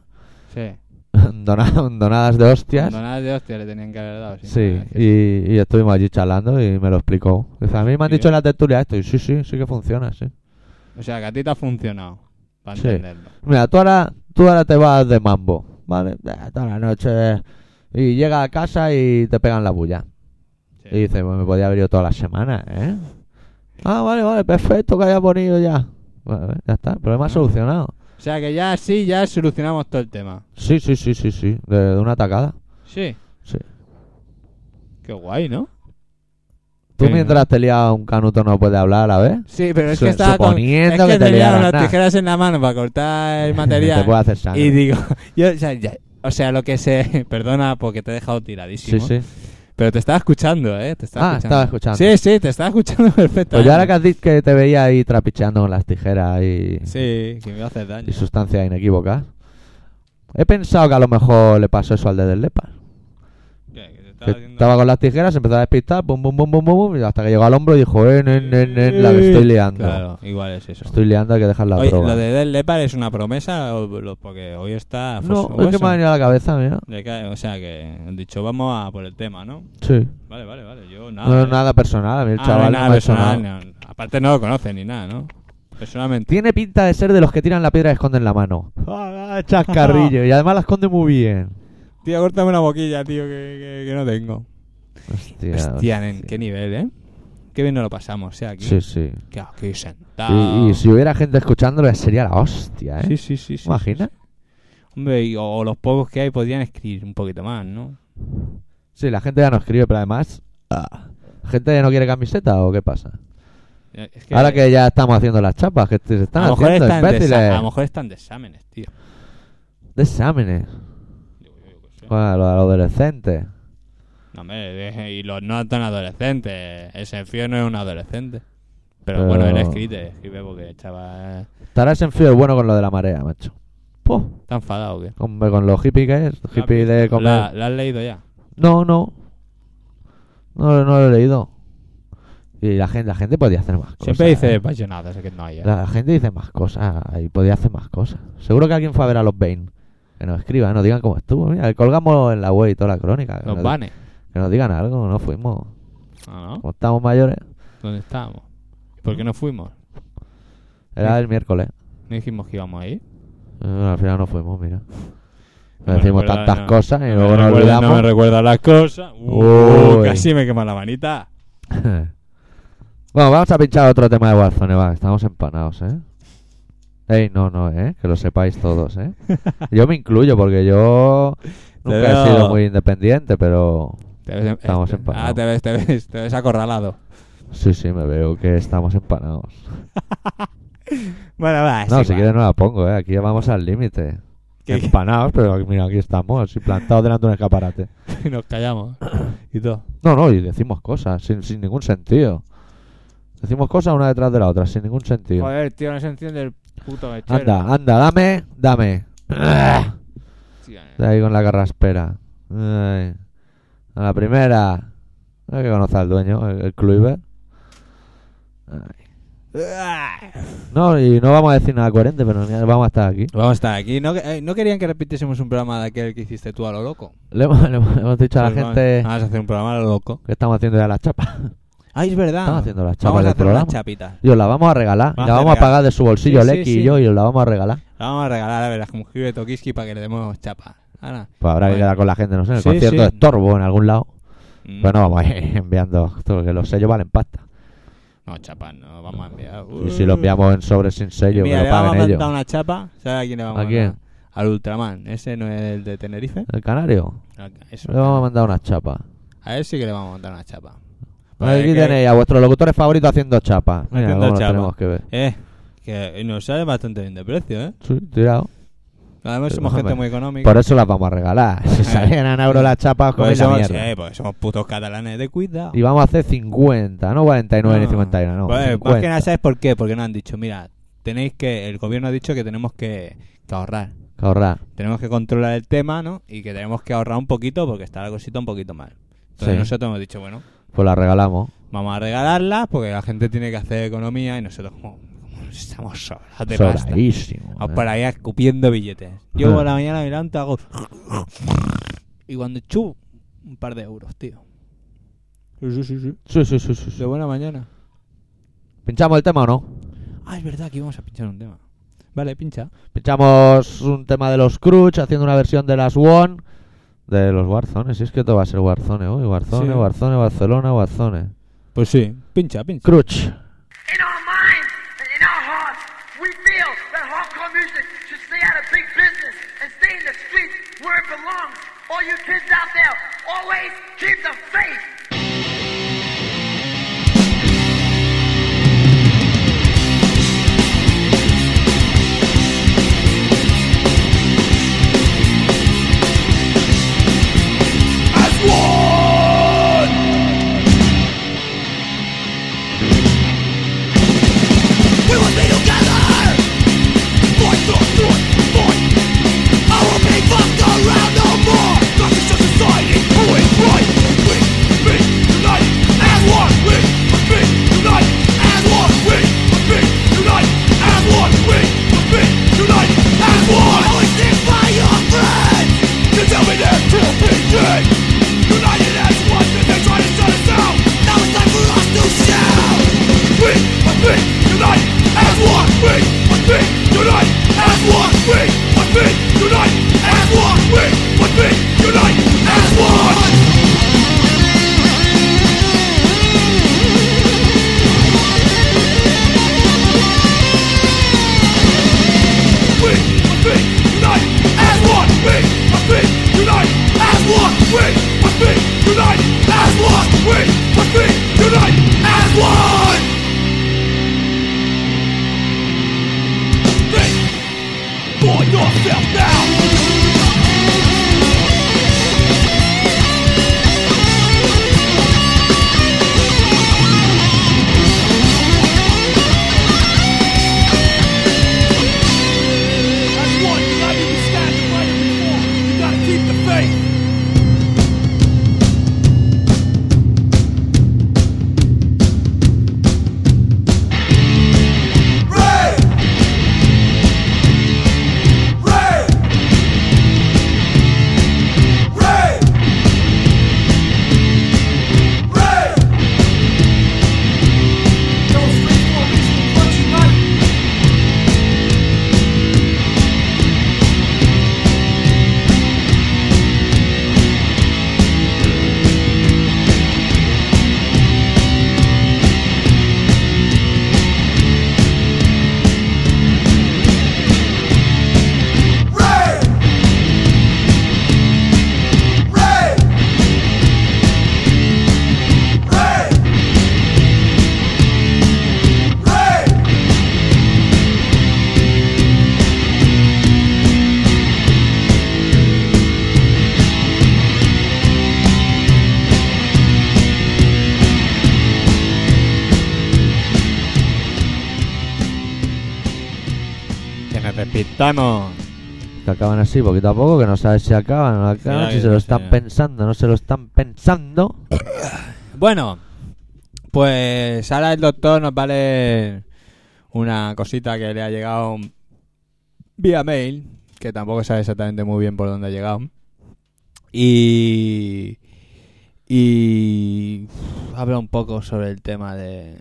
Sí. dona- donadas de hostias. Cuando nada de hostia le tenían que haber dado. sin Sí, nada, es que- y, y estuvimos allí charlando y me lo explicó. Dice, a mí me han Sí. dicho en la tertulia esto. Y sí, sí, sí que funciona, sí. O sea que a ti te ha funcionado. Para Sí. entenderlo. Mira, tú ahora, tú ahora te vas de mambo, ¿vale? Eh, Toda la noche. Y llegas a casa y te pegan la bulla. Sí. Y dices, pues me podía haber ido toda la semana, ¿eh? Ah, vale, vale, perfecto, que hayas venido ya. Vale, ya está, el problema Ah. solucionado. O sea que ya sí, ya solucionamos todo el tema. Sí, sí, sí, sí, sí, de, de una atacada. Sí. Sí. Qué guay, ¿no? Tú Sí, mientras te lias un canuto no puedes hablar, a ver. Sí, pero es Su- que estaba con- suponiendo es que que te tenía liaran, unas nada. tijeras en la mano para cortar el Te material. puede hacer y sangre. digo, yo, o, sea, ya- o sea, lo que sé, perdona porque te he dejado tiradísimo. Sí, sí. Pero te estaba escuchando, ¿eh? Te estaba Ah, escuchando. estaba escuchando. Sí, sí, te estaba escuchando perfectamente. Pues ya ahora que has dicho que te veía ahí trapicheando con las tijeras y, Sí, que me iba a hacer daño. y sustancias inequívocas, he pensado que a lo mejor le pasó eso al de del Lepa. ¿Qué? Que te estaba Que haciendo- estaba con las tijeras, se empezó a despistar, bum, bum, bum, bum, bum, bum, y hasta que llegó al hombro y dijo, eh, nen, nen, nen, la estoy liando. Claro, igual es eso. Estoy liando, hay que dejar la Oye, droga. ¿lo de Del Lepar es una promesa? o lo- porque hoy está... No, Fox es que Hueso. me ha venido a la cabeza, mira. De que- O sea, que han dicho, vamos a por el tema, ¿no? Sí. Vale, vale, vale. Yo nada. No eh. es nada personal, a mí el Ah, no chaval hay no nada me ha hecho personal. nada. no. Aparte no lo conoce ni nada, ¿no? Personalmente. Tiene pinta de ser de los que tiran la piedra y esconden la mano. Ah, ah, Chascarrillo, y además la esconde muy bien. Tío, córtame una boquilla, tío, que, que- que no tengo. Hostia, Hostia, nen, qué nivel, ¿eh? Qué bien nos lo pasamos, o sea, aquí. Sí, sí. Que aquí sentado. Y, y si hubiera gente escuchándolo, sería la hostia, ¿eh? Ah. Sí, sí, sí. sí, ¿Imagina? sí, sí. Hombre, y- o, o los pocos que hay podrían escribir un poquito más, ¿no? Sí, la gente ya no escribe, pero además. ah, ¿Gente ya no quiere camiseta o qué pasa? Eh, es Ahora que ya estamos haciendo las chapas, que se a están lo, mejor haciendo están de, imbéciles. exa- a lo mejor están de exámenes, tío. De exámenes. Digo, yo qué sé. Bueno, los adolescentes. No, hombre, eh, y los no tan adolescentes. El Senfío no es un adolescente. Pero, Pero- bueno, él escribe, escribe porque eh, el chaval Estará en frío bueno con lo de la marea, macho. Puh, está enfadado, ¿o ¿qué? hombre, con los hippies que es. los Hippies de comer. ¿La, la has leído ya? No, no. No, no lo he leído. Y la gente, la gente podía hacer más cosas. Siempre dice ¿eh? apasionado, sé que no hay. ¿eh? La gente dice más cosas y podía hacer más cosas. Seguro que alguien fue a ver a los Bane. Que nos escriban, nos digan cómo estuvo. Mira, le colgamos en la web y toda la crónica. Que, Los nos, vanes. que nos digan algo, no fuimos. Ah, ¿no? Como estamos mayores, ¿Dónde estábamos? ¿Por qué no fuimos? era el miércoles. ¿No dijimos que íbamos a ir? Eh, al final no fuimos, mira. No me decimos recuerda, tantas no. cosas y luego me nos recuerda- no me olvidamos. recuerda las cosas. Uh, Uy. casi me quema la manita. bueno, vamos a pinchar otro tema de Warzone, va. Estamos empanados, ¿eh? Ey, no, no, ¿eh? Que lo sepáis todos, ¿eh? Yo me incluyo porque yo nunca he veo- sido muy independiente, pero... Te ves, Estamos este- empanados. Ah, te ves, te ves, te ves acorralado. Sí, sí, me veo que estamos empanados. Bueno, va, es No, igual. si quieres no la pongo, ¿eh? Aquí ya vamos al límite. Que- Empanados, pero mira, aquí estamos, y plantados delante de un escaparate. Y nos callamos. Y todo. No, no, y decimos cosas sin, sin ningún sentido. Decimos cosas una detrás de la otra, sin ningún sentido. Joder, tío, no se enciende el puto mechero. Anda, anda, dame, dame. Tío, eh. De ahí con la carraspera. Ay. A la primera. Hay que conocer al dueño, el, el Kluivert. Ah. Ay. No, y no vamos a decir nada coherente, pero ni- vamos a estar aquí. Vamos a estar aquí. No, eh, no querían que repitiésemos un programa de aquel que hiciste tú a lo loco. Le hemos, le hemos- le hemos dicho a la Pues gente Vamos a hacer un programa a lo loco. que estamos haciendo ya las chapas. Ay, es verdad. Estamos haciendo las chapas Ah, Vamos a del hacer unas programa. chapitas. Y os la vamos a regalar. Vamos la a vamos a regalar. pagar de su bolsillo, Sí, sí, Lecky y sí. yo, y os la vamos a regalar. La vamos a regalar a ver a Jumjibe Tokiski para que le demos chapa. Ahora. Pues habrá que Bueno. quedar con la gente, no sé, en el Sí, concierto sí. de estorbo en algún lado. Mm. Pero no vamos a ir enviando, porque los sellos valen pasta. No, chapas, no, vamos a enviar. Y si lo enviamos en sobres sin sello, Mm. Mira, que le vamos lo a paguen plantar ellos. una chapa. ¿Sabes a quién le vamos ¿A a quién? mandar? Al Ultraman. Ese no es el de Tenerife. El canario. Eso. Le vamos a mandar unas chapas. A él sí que le vamos a montar una chapa. Pues Aquí que- tenéis a vuestros locutores favoritos haciendo chapas. Mira, Haciendo cómo lo chapas. tenemos que ver. Eh, que nos sale bastante bien de precio, ¿eh? Sí, tirado. Además Pero somos gente hombre, muy económica. Por eso las vamos a regalar. Si salían a un euro las chapas, os Porque coméis la somos, mierda. sí, porque somos putos catalanes de cuidado. Y vamos a hacer 50, no 49 ni 51, no. Pues, más 50. que nada, ¿sabes por qué? Porque nos han dicho, mira, tenéis que, el gobierno ha dicho que tenemos que, que ahorrar. Que ahorrar. Tenemos que controlar el tema, ¿no? Y que tenemos que ahorrar un poquito porque está la cosita un poquito mal. Entonces Sí. nosotros hemos dicho, bueno, Pues las regalamos. vamos a regalarlas porque la gente tiene que hacer economía y nosotros como, como estamos sobrados de pasta. Sobradísimo. Ah, Vamos eh. por ahí escupiendo billetes. Yo Ah. por la mañana me levanto, hago... Y cuando chupo, un par de euros, tío. Sí, sí, sí. Sí, sí, sí, sí, sí. De buena mañana. ¿Pinchamos el tema o no? Ah, es verdad que íbamos a pinchar un tema. Vale, pincha. Pinchamos un tema de los Crutch haciendo una versión de las One. De los Warzone, si es que todo va a ser Warzone hoy. Warzone, Sí. Warzone, Barcelona, Warzone. Pues sí, pincha, pincha. Crutch. In our minds and in our hearts, we feel that hardcore music should stay out of big business and stay in the streets where it belongs. All you kids out there, always keep the faith. We will be together Fight the fight, fight I will be fucked around no more Cause it's a society who is right We, me, Necesitamos. Que acaban así poquito a poco, que no sabes si acaban o no acaban, Mira si que se lo no están sé. pensando, no se lo están pensando. Bueno, pues ahora el doctor nos vale una cosita que le ha llegado vía mail, que tampoco sabe exactamente muy bien por dónde ha llegado. Y. Y. Habla un poco sobre el tema de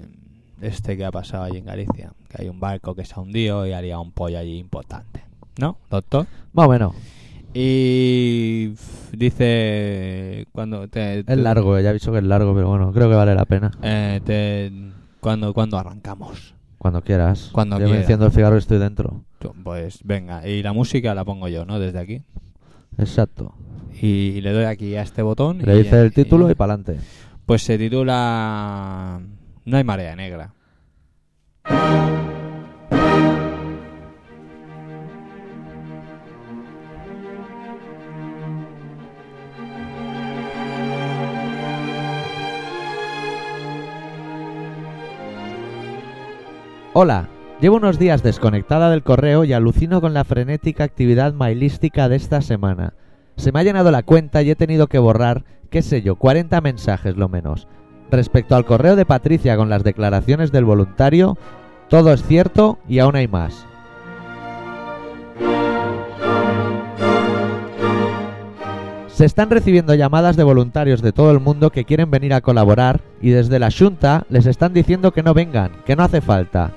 este que ha pasado allí en Galicia. Que hay un barco que se ha hundido y haría un pollo allí importante. ¿No, doctor? Más o menos. Y. Dice. Cuando te, Es largo, eh, ya he visto que es largo, pero bueno, creo que vale la pena. eh, te, cuando, cuando arrancamos. Cuando quieras. Cuando Yo me quieras. enciendo el cigarro y estoy dentro. Tú, Pues venga, y la música la pongo yo, ¿no? Desde aquí. Exacto. Y le doy aquí a este botón. Le y- dice el título y- y pa'lante. Pues se titula. No hay marea negra. Hola, llevo unos días desconectada del correo y alucino con la frenética actividad mailística de esta semana. Se me ha llenado la cuenta y he tenido que borrar, qué sé yo, 40 mensajes lo menos. Respecto al correo de Patricia con las declaraciones del voluntario, todo es cierto y aún hay más. Se están recibiendo llamadas de voluntarios de todo el mundo que quieren venir a colaborar y desde la Junta les están diciendo que no vengan, que no hace falta.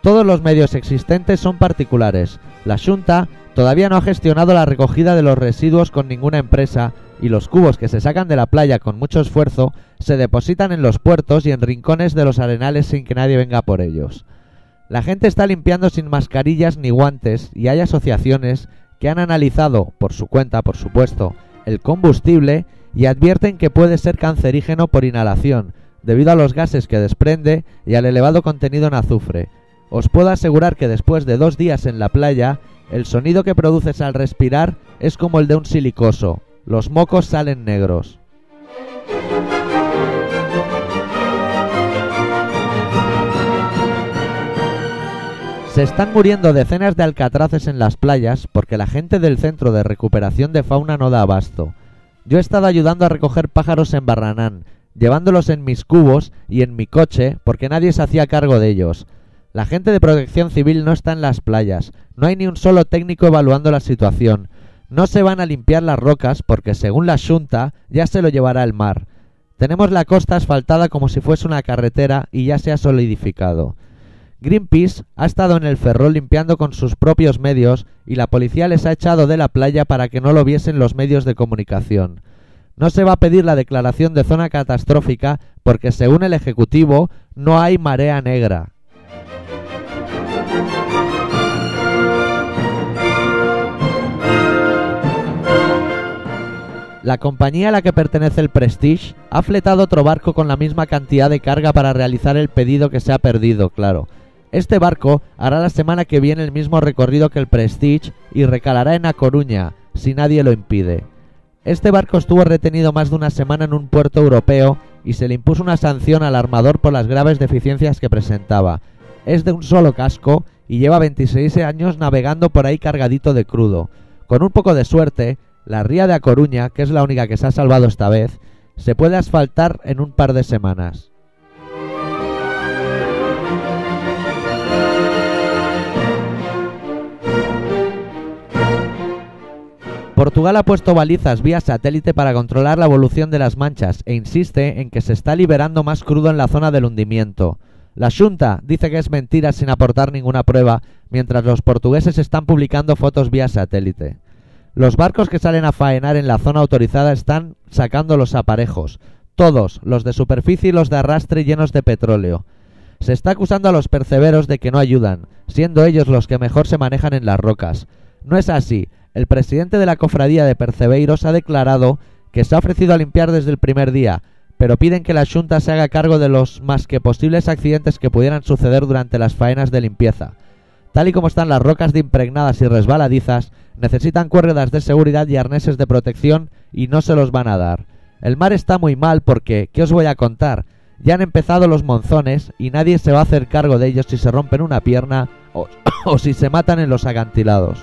Todos los medios existentes son particulares. La Junta todavía no ha gestionado la recogida de los residuos con ninguna empresa y los cubos que se sacan de la playa con mucho esfuerzo se depositan en los puertos y en rincones de los arenales sin que nadie venga por ellos. La gente está limpiando sin mascarillas ni guantes y hay asociaciones que han analizado, por su cuenta, por supuesto, el combustible y advierten que puede ser cancerígeno por inhalación, debido a los gases que desprende y al elevado contenido en azufre. Os puedo asegurar que después de dos días en la playa, el sonido que produces al respirar es como el de un silicoso. Los mocos salen negros. Se están muriendo decenas de alcatraces en las playas porque la gente del Centro de Recuperación de Fauna no da abasto. Yo he estado ayudando a recoger pájaros en Barranán, llevándolos en mis cubos y en mi coche porque nadie se hacía cargo de ellos. La gente de protección civil no está en las playas, no hay ni un solo técnico evaluando la situación. No se van a limpiar las rocas porque según la Junta ya se lo llevará el mar. Tenemos la costa asfaltada como si fuese una carretera y ya se ha solidificado. Greenpeace ha estado en el ferrol limpiando con sus propios medios y la policía les ha echado de la playa para que no lo viesen los medios de comunicación. No se va a pedir la declaración de zona catastrófica porque según el Ejecutivo no hay marea negra. La compañía a la que pertenece el Prestige ha fletado otro barco con la misma cantidad de carga para realizar el pedido que se ha perdido, claro. Este barco hará la semana que viene el mismo recorrido que el Prestige y recalará en A Coruña, si nadie lo impide. Este barco estuvo retenido más de una semana en un puerto europeo y se le impuso una sanción al armador por las graves deficiencias que presentaba. Es de un solo casco y lleva 26 años navegando por ahí cargadito de crudo. Con un poco de suerte, la ría de A Coruña, que es la única que se ha salvado esta vez, se puede asfaltar en un par de semanas. Portugal ha puesto balizas vía satélite para controlar la evolución de las manchas e insiste en que se está liberando más crudo en la zona del hundimiento. La Junta dice que es mentira sin aportar ninguna prueba, mientras los portugueses están publicando fotos vía satélite. Los barcos que salen a faenar en la zona autorizada están sacando los aparejos, todos, los de superficie y los de arrastre llenos de petróleo. Se está acusando a los perceberos de que no ayudan, siendo ellos los que mejor se manejan en las rocas. No es así. El presidente de la cofradía de Percebeiros ha declarado que se ha ofrecido a limpiar desde el primer día, pero piden que la Junta se haga cargo de los más que posibles accidentes que pudieran suceder durante las faenas de limpieza. Tal y como están las rocas de impregnadas y resbaladizas, necesitan cuerdas de seguridad y arneses de protección y no se los van a dar. El mar está muy mal porque, ¿qué os voy a contar? Ya han empezado los monzones y nadie se va a hacer cargo de ellos si se rompen una pierna, o, o si se matan en los acantilados.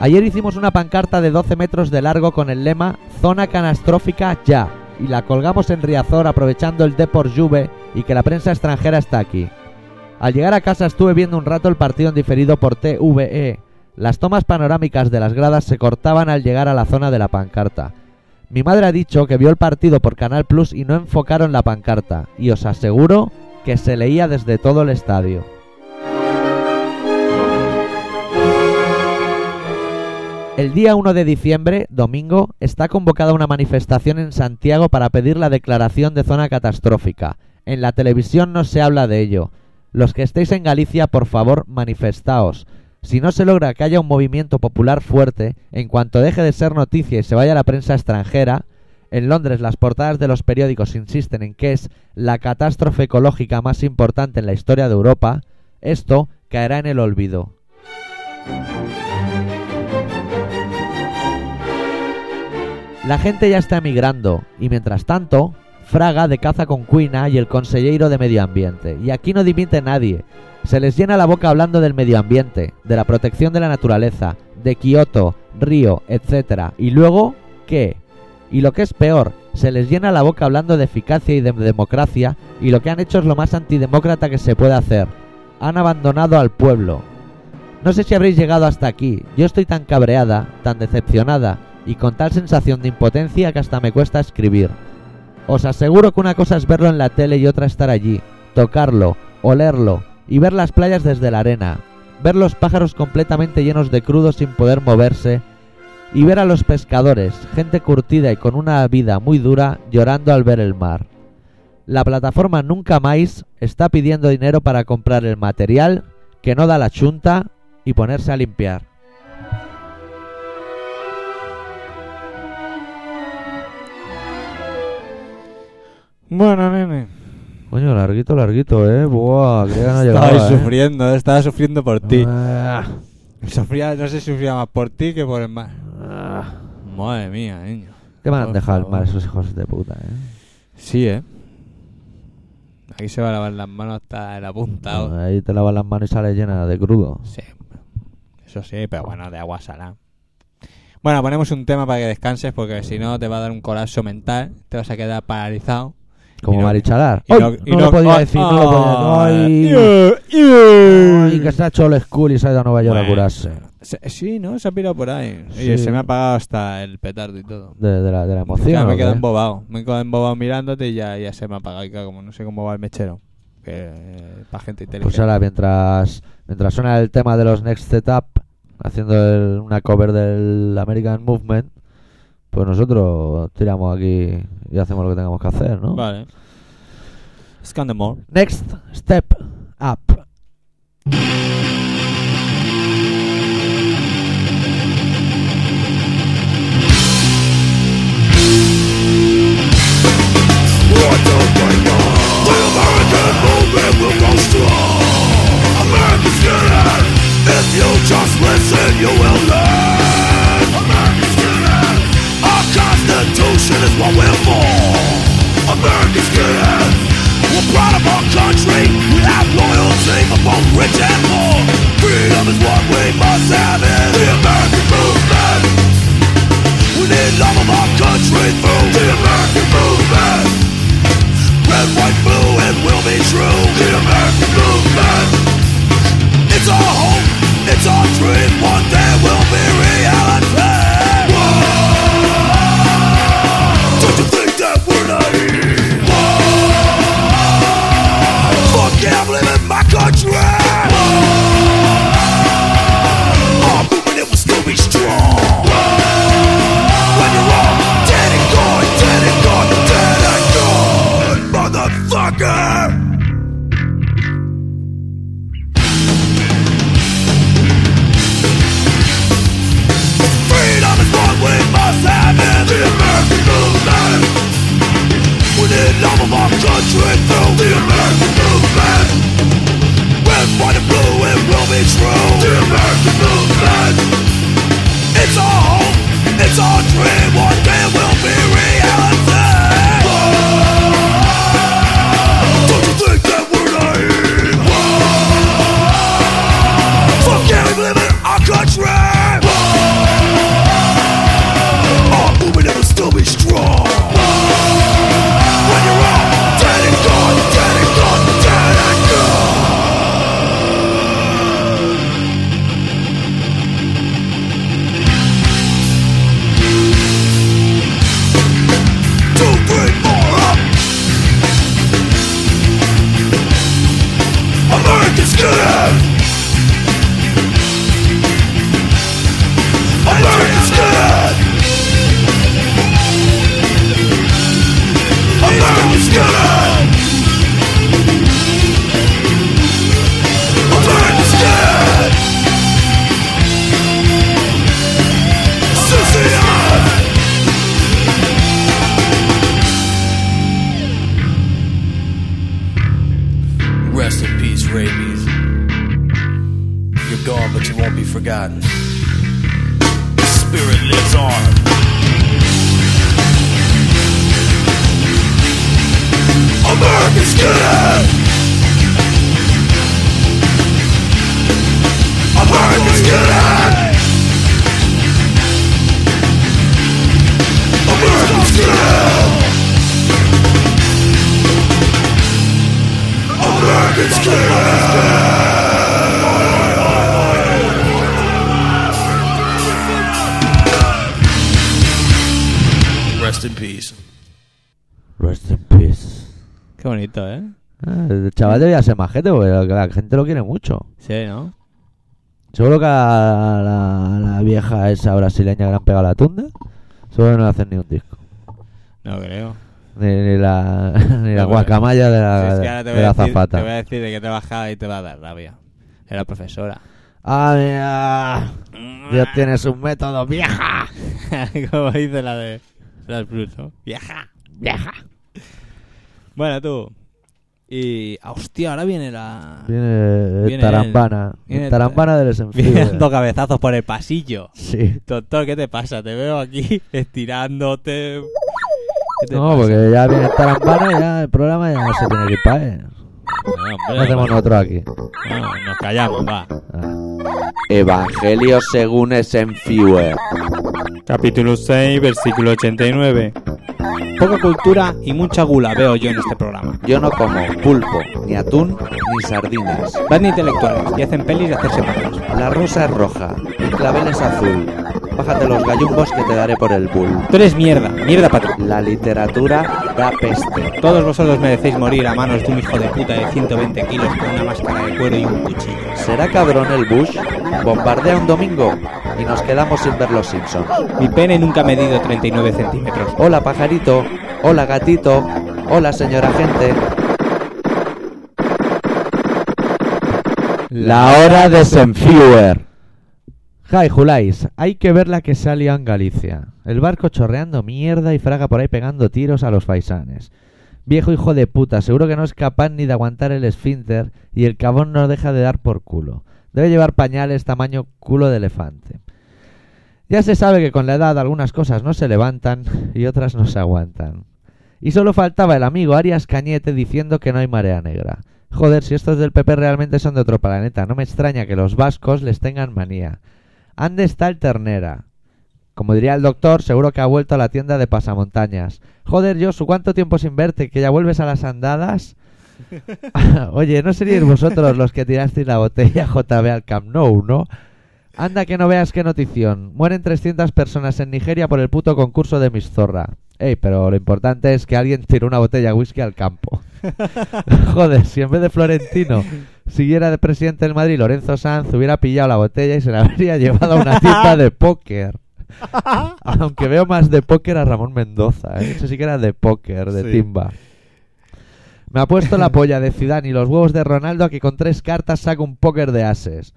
Ayer hicimos una pancarta de 12 metros de largo con el lema Zona Canastrófica Ya y la colgamos en Riazor aprovechando el Depor Juve y que la prensa extranjera está aquí. Al llegar a casa estuve viendo un rato el partido en diferido por TVE. Las tomas panorámicas de las gradas se cortaban al llegar a la zona de la pancarta. Mi madre ha dicho que vio el partido por Canal Plus y no enfocaron la pancarta, y os aseguro que se leía desde todo el estadio. El día 1 de diciembre, domingo, está convocada una manifestación en Santiago para pedir la declaración de zona catastrófica. En la televisión no se habla de ello. Los que estéis en Galicia, por favor, manifestaos. Si no se logra que haya un movimiento popular fuerte, en cuanto deje de ser noticia y se vaya a la prensa extranjera, en Londres las portadas de los periódicos insisten en que es la catástrofe ecológica más importante en la historia de Europa, esto caerá en el olvido. La gente ya está emigrando y mientras tanto, Fraga de caza con Cuina y el consejero de Medio Ambiente. Y aquí no dimite nadie. Se les llena la boca hablando del medio ambiente, de la protección de la naturaleza, de Kioto, Río, etc. Y luego, ¿qué? Y lo que es peor, se les llena la boca hablando de eficacia y de democracia, y lo que han hecho es lo más antidemócrata que se puede hacer. Han abandonado al pueblo, no sé si habréis llegado hasta aquí. Yo estoy tan cabreada, tan decepcionada y con tal sensación de impotencia que hasta me cuesta escribir. Os aseguro que una cosa es verlo en la tele y otra estar allí, tocarlo, olerlo y ver las playas desde la arena, ver los pájaros completamente llenos de crudo sin poder moverse y ver a los pescadores, gente curtida y con una vida muy dura, llorando al ver el mar. La plataforma Nunca Más está pidiendo dinero para comprar el material que no da la chunta y ponerse a limpiar. Bueno, nene. Coño, larguito, larguito, eh. Buah, que ya no llegaba, Estaba eh. sufriendo, estaba sufriendo por ti. Ah, Sufría, no sé si sufría más por ti que por el mar. ah. Madre mía, niño. ¿Qué me han Por dejado al favor. mar esos hijos de puta, eh? Sí, ¿eh? Aquí se va a lavar las manos hasta la punta. ¿o? Ahí te lavas las manos y sales llena de crudo. Sí. Eso sí, pero bueno, de agua salada. Bueno, ponemos un tema para que descanses porque si no te va a dar un colapso mental, te vas a quedar paralizado. Como no- marichalar. y ¡Ay! no- No, y no- lo podía ¡Ah! decir, no lo podía ¡Ah! ¡Ay! ¡Ay! Que se ha hecho el school y se ha ido a Nueva York Bueno. a curarse. Se- Sí, ¿no? Se ha pirado por ahí. Oye, Sí. se me ha apagado hasta el petardo y todo. De, de la, de la emoción. Ya ¿o me he qué? quedado embobado. Me he quedado embobado mirándote y ya, ya se me ha apagado. Y claro, como no sé cómo va el mechero. Que para gente inteligente. Pues ahora, mientras, mientras suena el tema de los Next Setup, haciendo el- una cover del American Movement, pues nosotros tiramos aquí y hacemos lo que tengamos que hacer, ¿no? Vale. Scan the more. Next Step Up. Just listen, you will learn. America's good. Our Constitution is what we're for. America's good. We're proud of our country. We have loyalty for both rich and poor. Freedom is what we must have in the American movement. We need love of our country through the American movement. Red, white, blue, and will be true. The American movement. It's our hope, it's our dream. One day will be reality. Whoa. Don't you think that we're naive? Whoa. Fuck yeah, I believe in my country. Whoa. Our movement, it will still be strong. Whoa. When you're wrong, dead and gone, dead and gone, dead and gone, motherfucker. Freedom is what we must have in the American movement. We need love of our country through the American movement. Red, white, and blue, it will be true. The American movement. It's our hope, it's our dream. One day will be reality. Rest in peace. Rest in peace. Qué bonito, ¿eh? Ah, El chaval debería ser majete porque la- la gente lo quiere mucho. Sí, ¿no? Seguro que a la, a la vieja esa brasileña que le han pegado la tunda, seguro que no le hacen ni un disco. No creo. Ni, ni la, ni la No, guacamaya de la, Sí, sí, ahora te voy, de a la decir, zafata. te voy a decir de qué trabajaba y te va a dar rabia. Era profesora. ¡Ah, mira! Dios tiene sus métodos, vieja. Como dice la de las Bruce, ¿no? Viaja, viaja. Bueno, tú. Y. ah, hostia, ahora viene la. Viene, eh, Viene Tarambana. el- viene el- tarambana del Viene dando desenfío. cabezazos por el pasillo. Sí. Doctor, ¿qué te pasa? Te veo aquí estirándote. ¿Qué te No, pues, pasa? porque ya viene Tarambana y ya el programa ya no se tiene que ir para él. Bueno, hombre, ¿Qué hacemos nosotros aquí? bueno, nos callamos, va. Evangelio según Esenfiewer. Capítulo 6, versículo 89. Poca cultura y mucha gula veo yo en este programa. Yo no como pulpo, ni atún, ni sardinas. Van de intelectuales y hacen pelis de hacerse malos. La rosa es roja, el clavel es azul. Bájate los gallumbos que te daré por el bull. Tú eres mierda, mierda para La literatura da peste. Todos vosotros merecéis morir a manos de un hijo de puta de 120 kilos con una máscara de cuero y un cuchillo. ¿Será cabrón el Bush? Bombardea un domingo y nos quedamos sin ver los Simpsons. Mi pene nunca ha medido 39 centímetros. Hola pajarito, hola gatito, hola señora gente. La hora de Senfiewer. Hi, Julais. Hay que ver la que salió en Galicia. El barco chorreando mierda y Fraga por ahí pegando tiros a los faisanes. Viejo hijo de puta, seguro que no es capaz ni de aguantar el esfínter y el cabón no deja de dar por culo. Debe llevar pañales tamaño culo de elefante. Ya se sabe que con la edad algunas cosas no se levantan y otras no se aguantan. Y solo faltaba el amigo Arias Cañete diciendo que no hay marea negra. Joder, si estos del PP realmente son de otro planeta, no me extraña que los vascos les tengan manía. Ande está el ternera. Como diría el doctor, seguro que ha vuelto a la tienda de pasamontañas. Joder, Josu, ¿cuánto tiempo sin verte? ¿Que ya vuelves a las andadas? Oye, ¿no seríais vosotros los que tirasteis la botella JB al Camp Nou, no? Anda que no veas qué notición. Mueren 300 personas en Nigeria por el puto concurso de Miss Zorra. Ey, pero lo importante es que alguien tiró una botella de whisky al campo. Joder, si en vez de Florentino siguiera de presidente del Madrid Lorenzo Sanz, hubiera pillado la botella y se la habría llevado a una tienda de póker. Aunque veo más de póker a Ramón Mendoza. ¿eh? Eso sí que era de póker, de Sí. timba. Me ha puesto la polla de Zidane y los huevos de Ronaldo a que con tres cartas saca un póker de ases.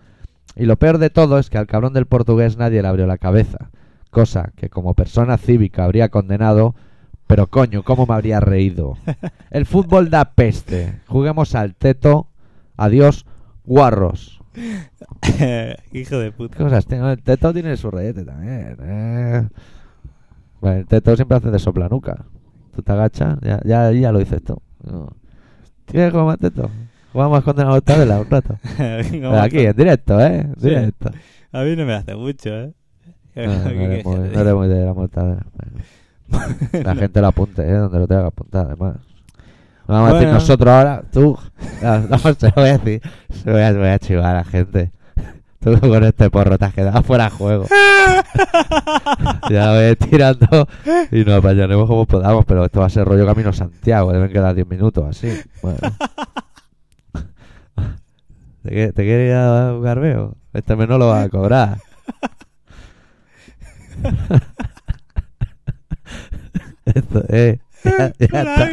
Y lo peor de todo es que al cabrón del portugués nadie le abrió la cabeza. Cosa que como persona cívica habría condenado, pero coño, cómo me habría reído. El fútbol da peste. Juguemos al teto. Adiós, guarros. hijo de puta. ¿Qué cosas tiene? El teto tiene su reyete también. eh. Bueno, el teto siempre hace de soplanuca. Tú te agachas, ya, ya, ya lo dices tú. No. ¿Quieres jugar más teto? Jugamos a esconder la mortadela un rato. Pero aquí, en directo, ¿eh? En Sí. directo. A mí no me hace mucho, ¿eh? No, no eres muy, no eres muy de la mortadela. Bueno, La gente lo apunte, ¿eh? Donde lo tenga que apuntar, además. No vamos a decir Bueno. nosotros ahora, tú. No, no, se lo voy a decir. Se lo voy a, voy a chivar a la gente. Tú con este porro te has quedado fuera de juego. ya lo voy tirando y nos apañaremos como podamos, pero esto va a ser rollo camino Santiago. Deben quedar 10 minutos, así. Bueno. ¿Te, quie- te quieres ir a un garbeo? Este mes no lo vas a cobrar. Esto, eh. Ya, ya está.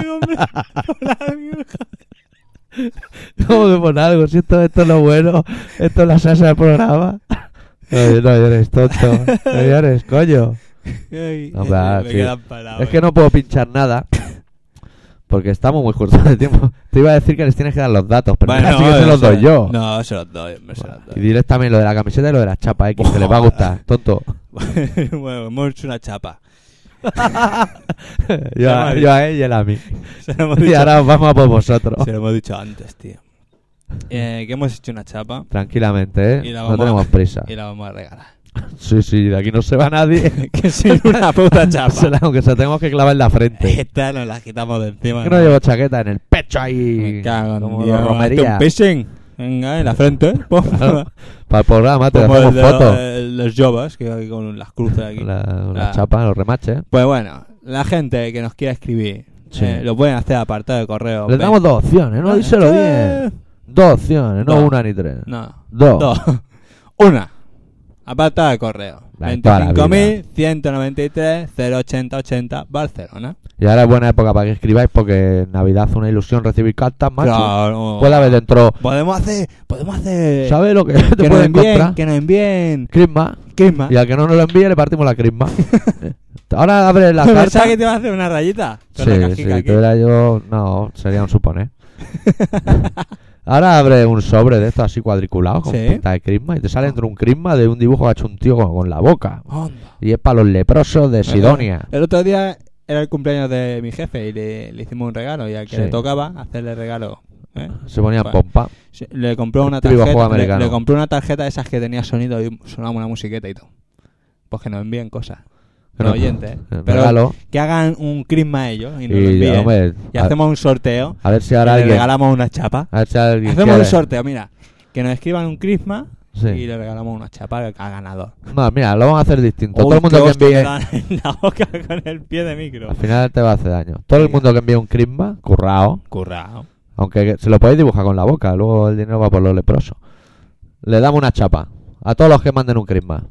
¿Cómo que por algo? Si esto, esto es lo bueno, esto es la salsa del programa. No, no llores, tonto. No llores, coño. No, claro, me sí. quedan palabras. Es que no puedo pinchar nada. Porque estamos muy cortos de tiempo. Te iba a decir que les tienes que dar los datos, pero Bueno, así que se no, los se- doy yo. No, se los doy, hombre, se los Y doy. diles también lo de la camiseta y lo de las chapas X, que les va a gustar, tonto. bueno, hemos hecho una chapa. yo, a, yo a él y él a mí. Se lo hemos Y dicho, ahora vamos a por vosotros. se lo hemos dicho antes, tío. Eh, que hemos hecho una chapa Tranquilamente, Y ¿eh? la No vamos a- tenemos prisa. y la vamos a regalar. Sí, sí, de aquí no se va nadie. que soy una puta chapa. Eh, Se la- aunque se la tenemos que clavar en la frente. Esta nos la quitamos de encima. que no llevo chaqueta en el pecho ahí. Me cago en Como Dios. los romerías. Hazte un piercing. Venga, en la frente, ¿eh? Pum. Claro, Para el programa te Como hacemos el de fotos. los- Ah. los Jovas, que hay con las cruces aquí. La, la La- chapa, los remaches. Pues bueno, la gente que nos quiera escribir, Sí. eh, lo pueden hacer apartado de correo. Les Ven- damos dos opciones, ¿no? Díselo bien. Dos opciones, no Ah, eh. Dos. una ni tres. No, Dos. dos. Una. Apartado de correo. La de toda la vida. 25.193.08080 Barcelona. Y ahora es buena época para que escribáis porque en Navidad es una ilusión recibir cartas, macho. Claro. Puede haber dentro... oh, Podemos hacer, podemos hacer ¿Sabes lo que te que nos puedes envíen, encontrar? que nos Ah. envíen Crisma. Crisma. Y al que no nos lo envíe le partimos la crisma. ahora abre la carta. Pensaba que te iba a hacer una rayita con la Sí, sí, cajica aquí. tuviera yo... No, sería un suponer. Ahora abre un sobre de estos así cuadriculados con Sí. pinta de crisma y te sale dentro un crisma de un dibujo que ha hecho un tío con, con la boca. Onda. Y es para los leprosos de Sidonia. El otro día era el cumpleaños de mi jefe y le, le hicimos un regalo y al que Sí. le tocaba hacerle regalo. ¿eh? Se ponían Bueno. pompa. Sí, Le compró una Típico juego tarjeta. Le, americano. le compró una tarjeta de esas que tenía sonido y sonaba una musiqueta y todo. Pues que nos envíen cosas. Que Los no- oyentes. eh, Pero regalo. que hagan un crisma ellos y nos lo Y, envíen. hombre, y a, hacemos un sorteo. a ver si y ahora le alguien. regalamos una chapa. A ver si alguien Hacemos quiere- un sorteo, mira. Que nos escriban un crisma Sí. y le regalamos una chapa a ganador. No, mira, lo vamos a hacer distinto. O Todo el un mundo que Oh, hostia envíe. le dan en la boca con el pie de micro. Al final te va a hacer daño. Todo el Venga. mundo que envíe un crisma, currao. Currao. Aunque que- se lo podéis dibujar con la boca. Luego el dinero va por los leprosos. Le damos una chapa. A todos los que manden un crisma.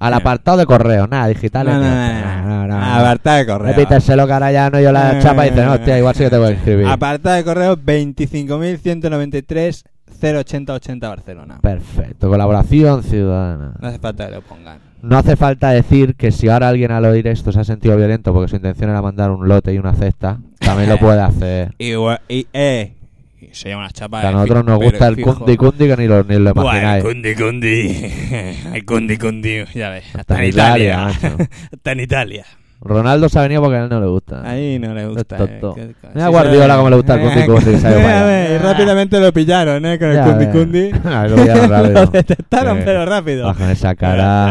Al Bien. apartado de correo. Nada, digital. No, no, ni- no, no, no, no, no. Apartado de correo. Repítaselo que ahora ya no yo la Eh, chapa y dice, no, hostia, igual sí que te voy a escribir. Apartado de correo 25.193 08080 Barcelona. Perfecto, colaboración ciudadana. No hace falta que lo pongan. No hace falta decir que si ahora alguien al oír esto se ha sentido violento porque su intención era mandar un lote y una cesta, también lo puede hacer. Y, gua- y, eh, y se llama una chapa. Que a eh, nosotros fi- nos pero gusta el fijo. cundi cundi que ni lo, ni lo Buah, el imagináis. cundi cundi. El cundi cundi. Ya ves. Hasta, Hasta en en Italia. Italia, macho. hasta en Italia. Ronaldo se ha venido porque a él no le gusta. Ahí no le gusta. Es eh, tonto. que- que- Mira sí, Guardiola sabe. cómo le gusta el cundi cundi, que se ha ido para Ya allá. ves, y rápidamente lo pillaron, ¿eh? Con el Ya cundi ves. cundi. Ah, lo pillaron Lo rápido. detectaron, Sí. pero rápido. Ah, Con esa cara.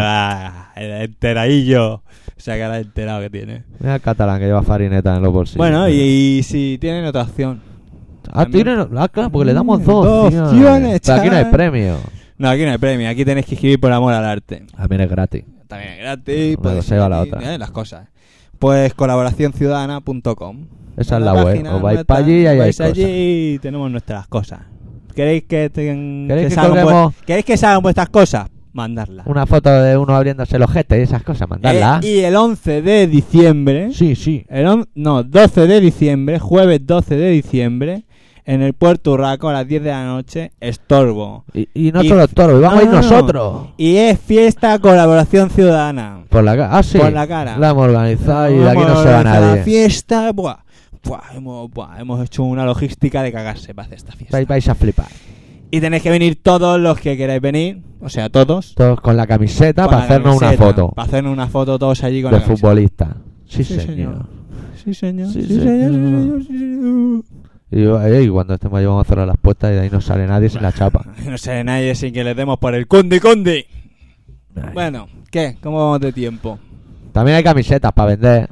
Ah, el enteradillo. Esa cara de enterado que tiene. Mira el catalán que lleva farineta en los bolsillos. bueno, y, y si tienen otra opción. Ah, también- tiene- ah, claro, porque le damos dos, Dos tío. opciones, Pero aquí no hay chaval. premio. No, aquí no hay premio. Aquí tenéis que escribir por amor al arte. También Ah, es gratis. También es gratis. Una podéis cosa lleva a la escribir, otra. eh, las cosas. Pues colaboracionciudadana.com. Esa es Una la web. página Os vais nuestra, pa' allí y ahí hay vais allí cosas. y tenemos nuestras cosas. ¿Queréis que, ten- ¿Queréis que salgan colguemos- vues- ¿Queréis que salgan vuestras cosas? Mandarlas. Una foto de uno abriéndose los jetes y esas cosas, mandadla. Eh, y el 11 de diciembre. Sí, sí. El on- no, 12 de diciembre, jueves 12 de diciembre, en el Puerto Urraco a las 10 de la noche, estorbo. Y, y no Y- Ah, solo el toro, y vamos a ir No, no, no. nosotros. Y es fiesta colaboración ciudadana. Por la cara. Ah, sí. Por la cara. La hemos organizado y de aquí no Vamos se va a la nadie. fiesta, buah, buah, hemos, buah, hemos hecho una logística de cagarse para hacer esta fiesta. Vais, vais a flipar. Y tenéis que venir todos los que queráis venir, o sea, todos. Todos con la camiseta con para la hacernos una camiseta, foto Para hacernos una foto todos allí con de la camiseta. futbolista. Sí, Sí, señor. señor. Sí, señor. Sí, Sí, señor. sí, señor. señor, sí, señor. Y, yo, eh, y cuando estemos ahí vamos a cerrar las puertas y de ahí no sale nadie sin la chapa. No sé, nadie sin que le demos por el cundi cundi. Ay. Bueno, ¿qué? ¿Cómo vamos de tiempo? También hay camisetas para vender.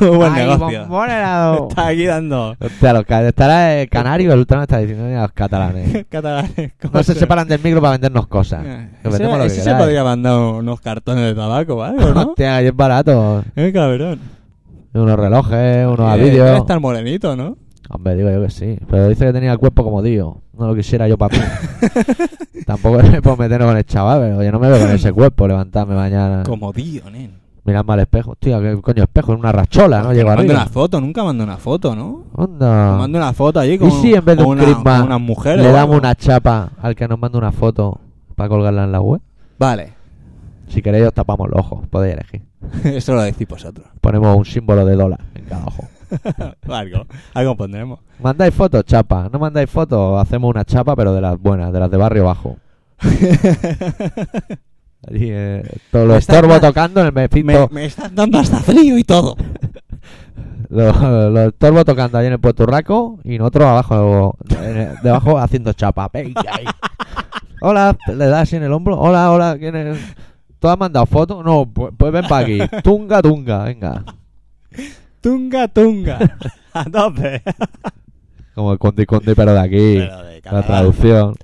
Muy buen Ay, negocio. bombonero. Está aquí dando Hostia, los ca- estará el canario, el ultrano está diciendo "Mira, los catalanes. catalanes. No se cosas. separan del micro para vendernos cosas. Eh, Que ese- vendemos lo que ese se queráis. podría mandar unos cartones de tabaco, ¿vale? ¿O no? Hostia, y es barato. Eh, cabrón. Unos relojes, unos Eh, Debe avidios. estar morenito, ¿no? Hombre, digo yo que sí. Pero dice que tenía el cuerpo como Dios. No lo quisiera yo para mí. Tampoco me puedo meter con el chaval, pero yo no me veo con ese cuerpo levantarme mañana. Como tío, nen. Mirar mal espejo. Hostia, ¿qué coño espejo? Es una rachola, ¿no? Llego Manda arriba. una foto, nunca manda una foto, ¿no? Onda. Manda una foto allí con, y si en vez de con un una- crisma con unas mujeres. le o damos algo? una chapa al que nos manda una foto para colgarla en la web. Vale, Si queréis os tapamos los ojos, podéis elegir. eso lo decís vosotros. Ponemos un símbolo de dólar en cada ojo. algo, algo pondremos. ¿Mandáis fotos, chapa? ¿No mandáis fotos? Hacemos una chapa, pero de las buenas, de las de barrio bajo. Allí, eh, todo lo Me está- estorbo tocando en el Me, mefito. me estás dando hasta frío y todo. Lo, lo estorbo tocando allí en el puerturraco y nosotros abajo, en el- debajo haciendo chapa. Venga, ahí. Hola, le das así en el hombro. Hola, hola, ¿quién es? ¿Tú has mandado fotos? No, pues, pues ven para aquí. Tunga, tunga, venga. Tunga, tunga. A tope. Como el conde conde, pero de aquí. Pero de La catalán. traducción.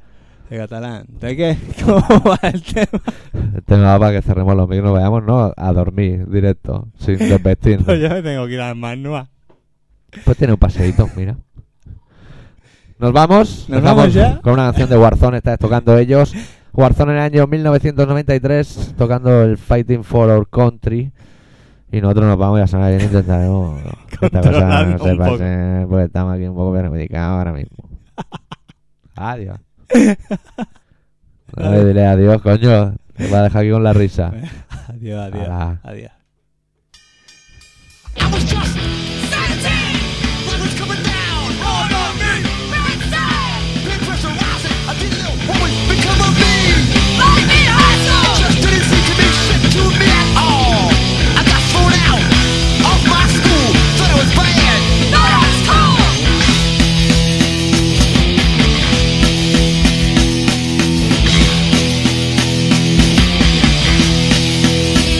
de catalán. ¿De qué? ¿Cómo va el tema? Pues El tema Este va para que cerremos los micros, vayamos, ¿no? A dormir directo, sin desvestirnos. Pues yo me tengo que ir al Manua. Pues tiene un paseíto, mira. Nos vamos. ¿Nos vamos ya? Con una canción de Warzone, está tocando ellos. Warzone en el año 1993, tocando el Fighting for Our Country. Y nosotros nos vamos y la semana que viene intentaremos que esta cosa Controlarlo no se un poco. pase, porque estamos aquí un poco perjudicados ahora mismo. Adiós. No le diré adiós, coño. Te voy a dejar aquí con la risa. Adiós, adiós. Hala. Adiós. I was just 17. Blood was coming down all on me. Very sad. Blood pressure rising. I didn't know what would become of me. Life in high It school. just didn't seem to mean shit to me at all. I got thrown out of my school. Thought I was bad. Not on school.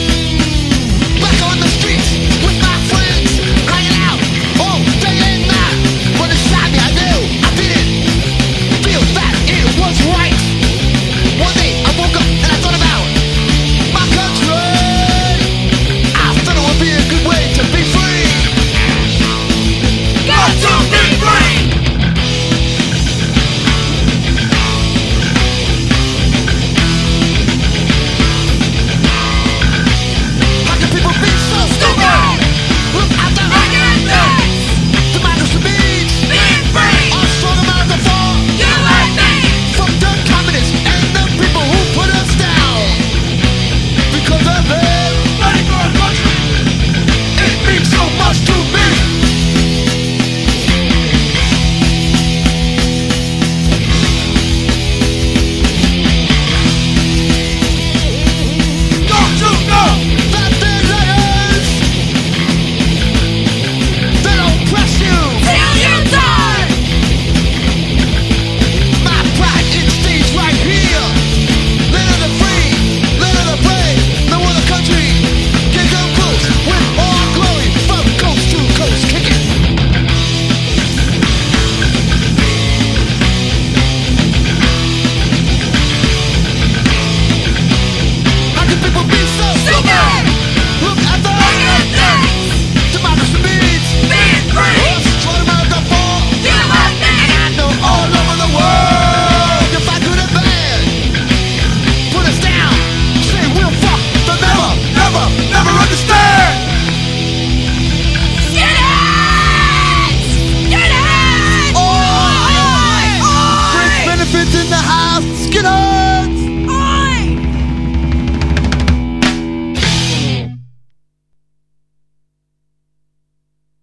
Back on the streets with my friends, hanging out all day and night. But inside me, I knew I didn't feel that it was right. One day I woke up and I thought about my country. I thought it would be a good way to be free. Got to be free. How can people be so stupid? Look at the Fucking things. The madness of age. Being free. All strong amount of fall You and me. from the communists and the people who put us down. Because of them, fighting for our country. It means so much to me. Don't you know that they're liars? They don't press you. Till you die. My pride it stays right here. Land of the free, land of the brave, no other country can come close with all glory from coast to coast. Kick it. How can people be so Stupid. stupid? Look at the Fucking things. democracy means Being free. us trying to the fall. You and me. All over the world, if I could have put us down. Say we'll fuck, but never, never, never understand. Skinheads. Skinheads. Oi, oi, oi. Fringe benefits in the house, skinhead.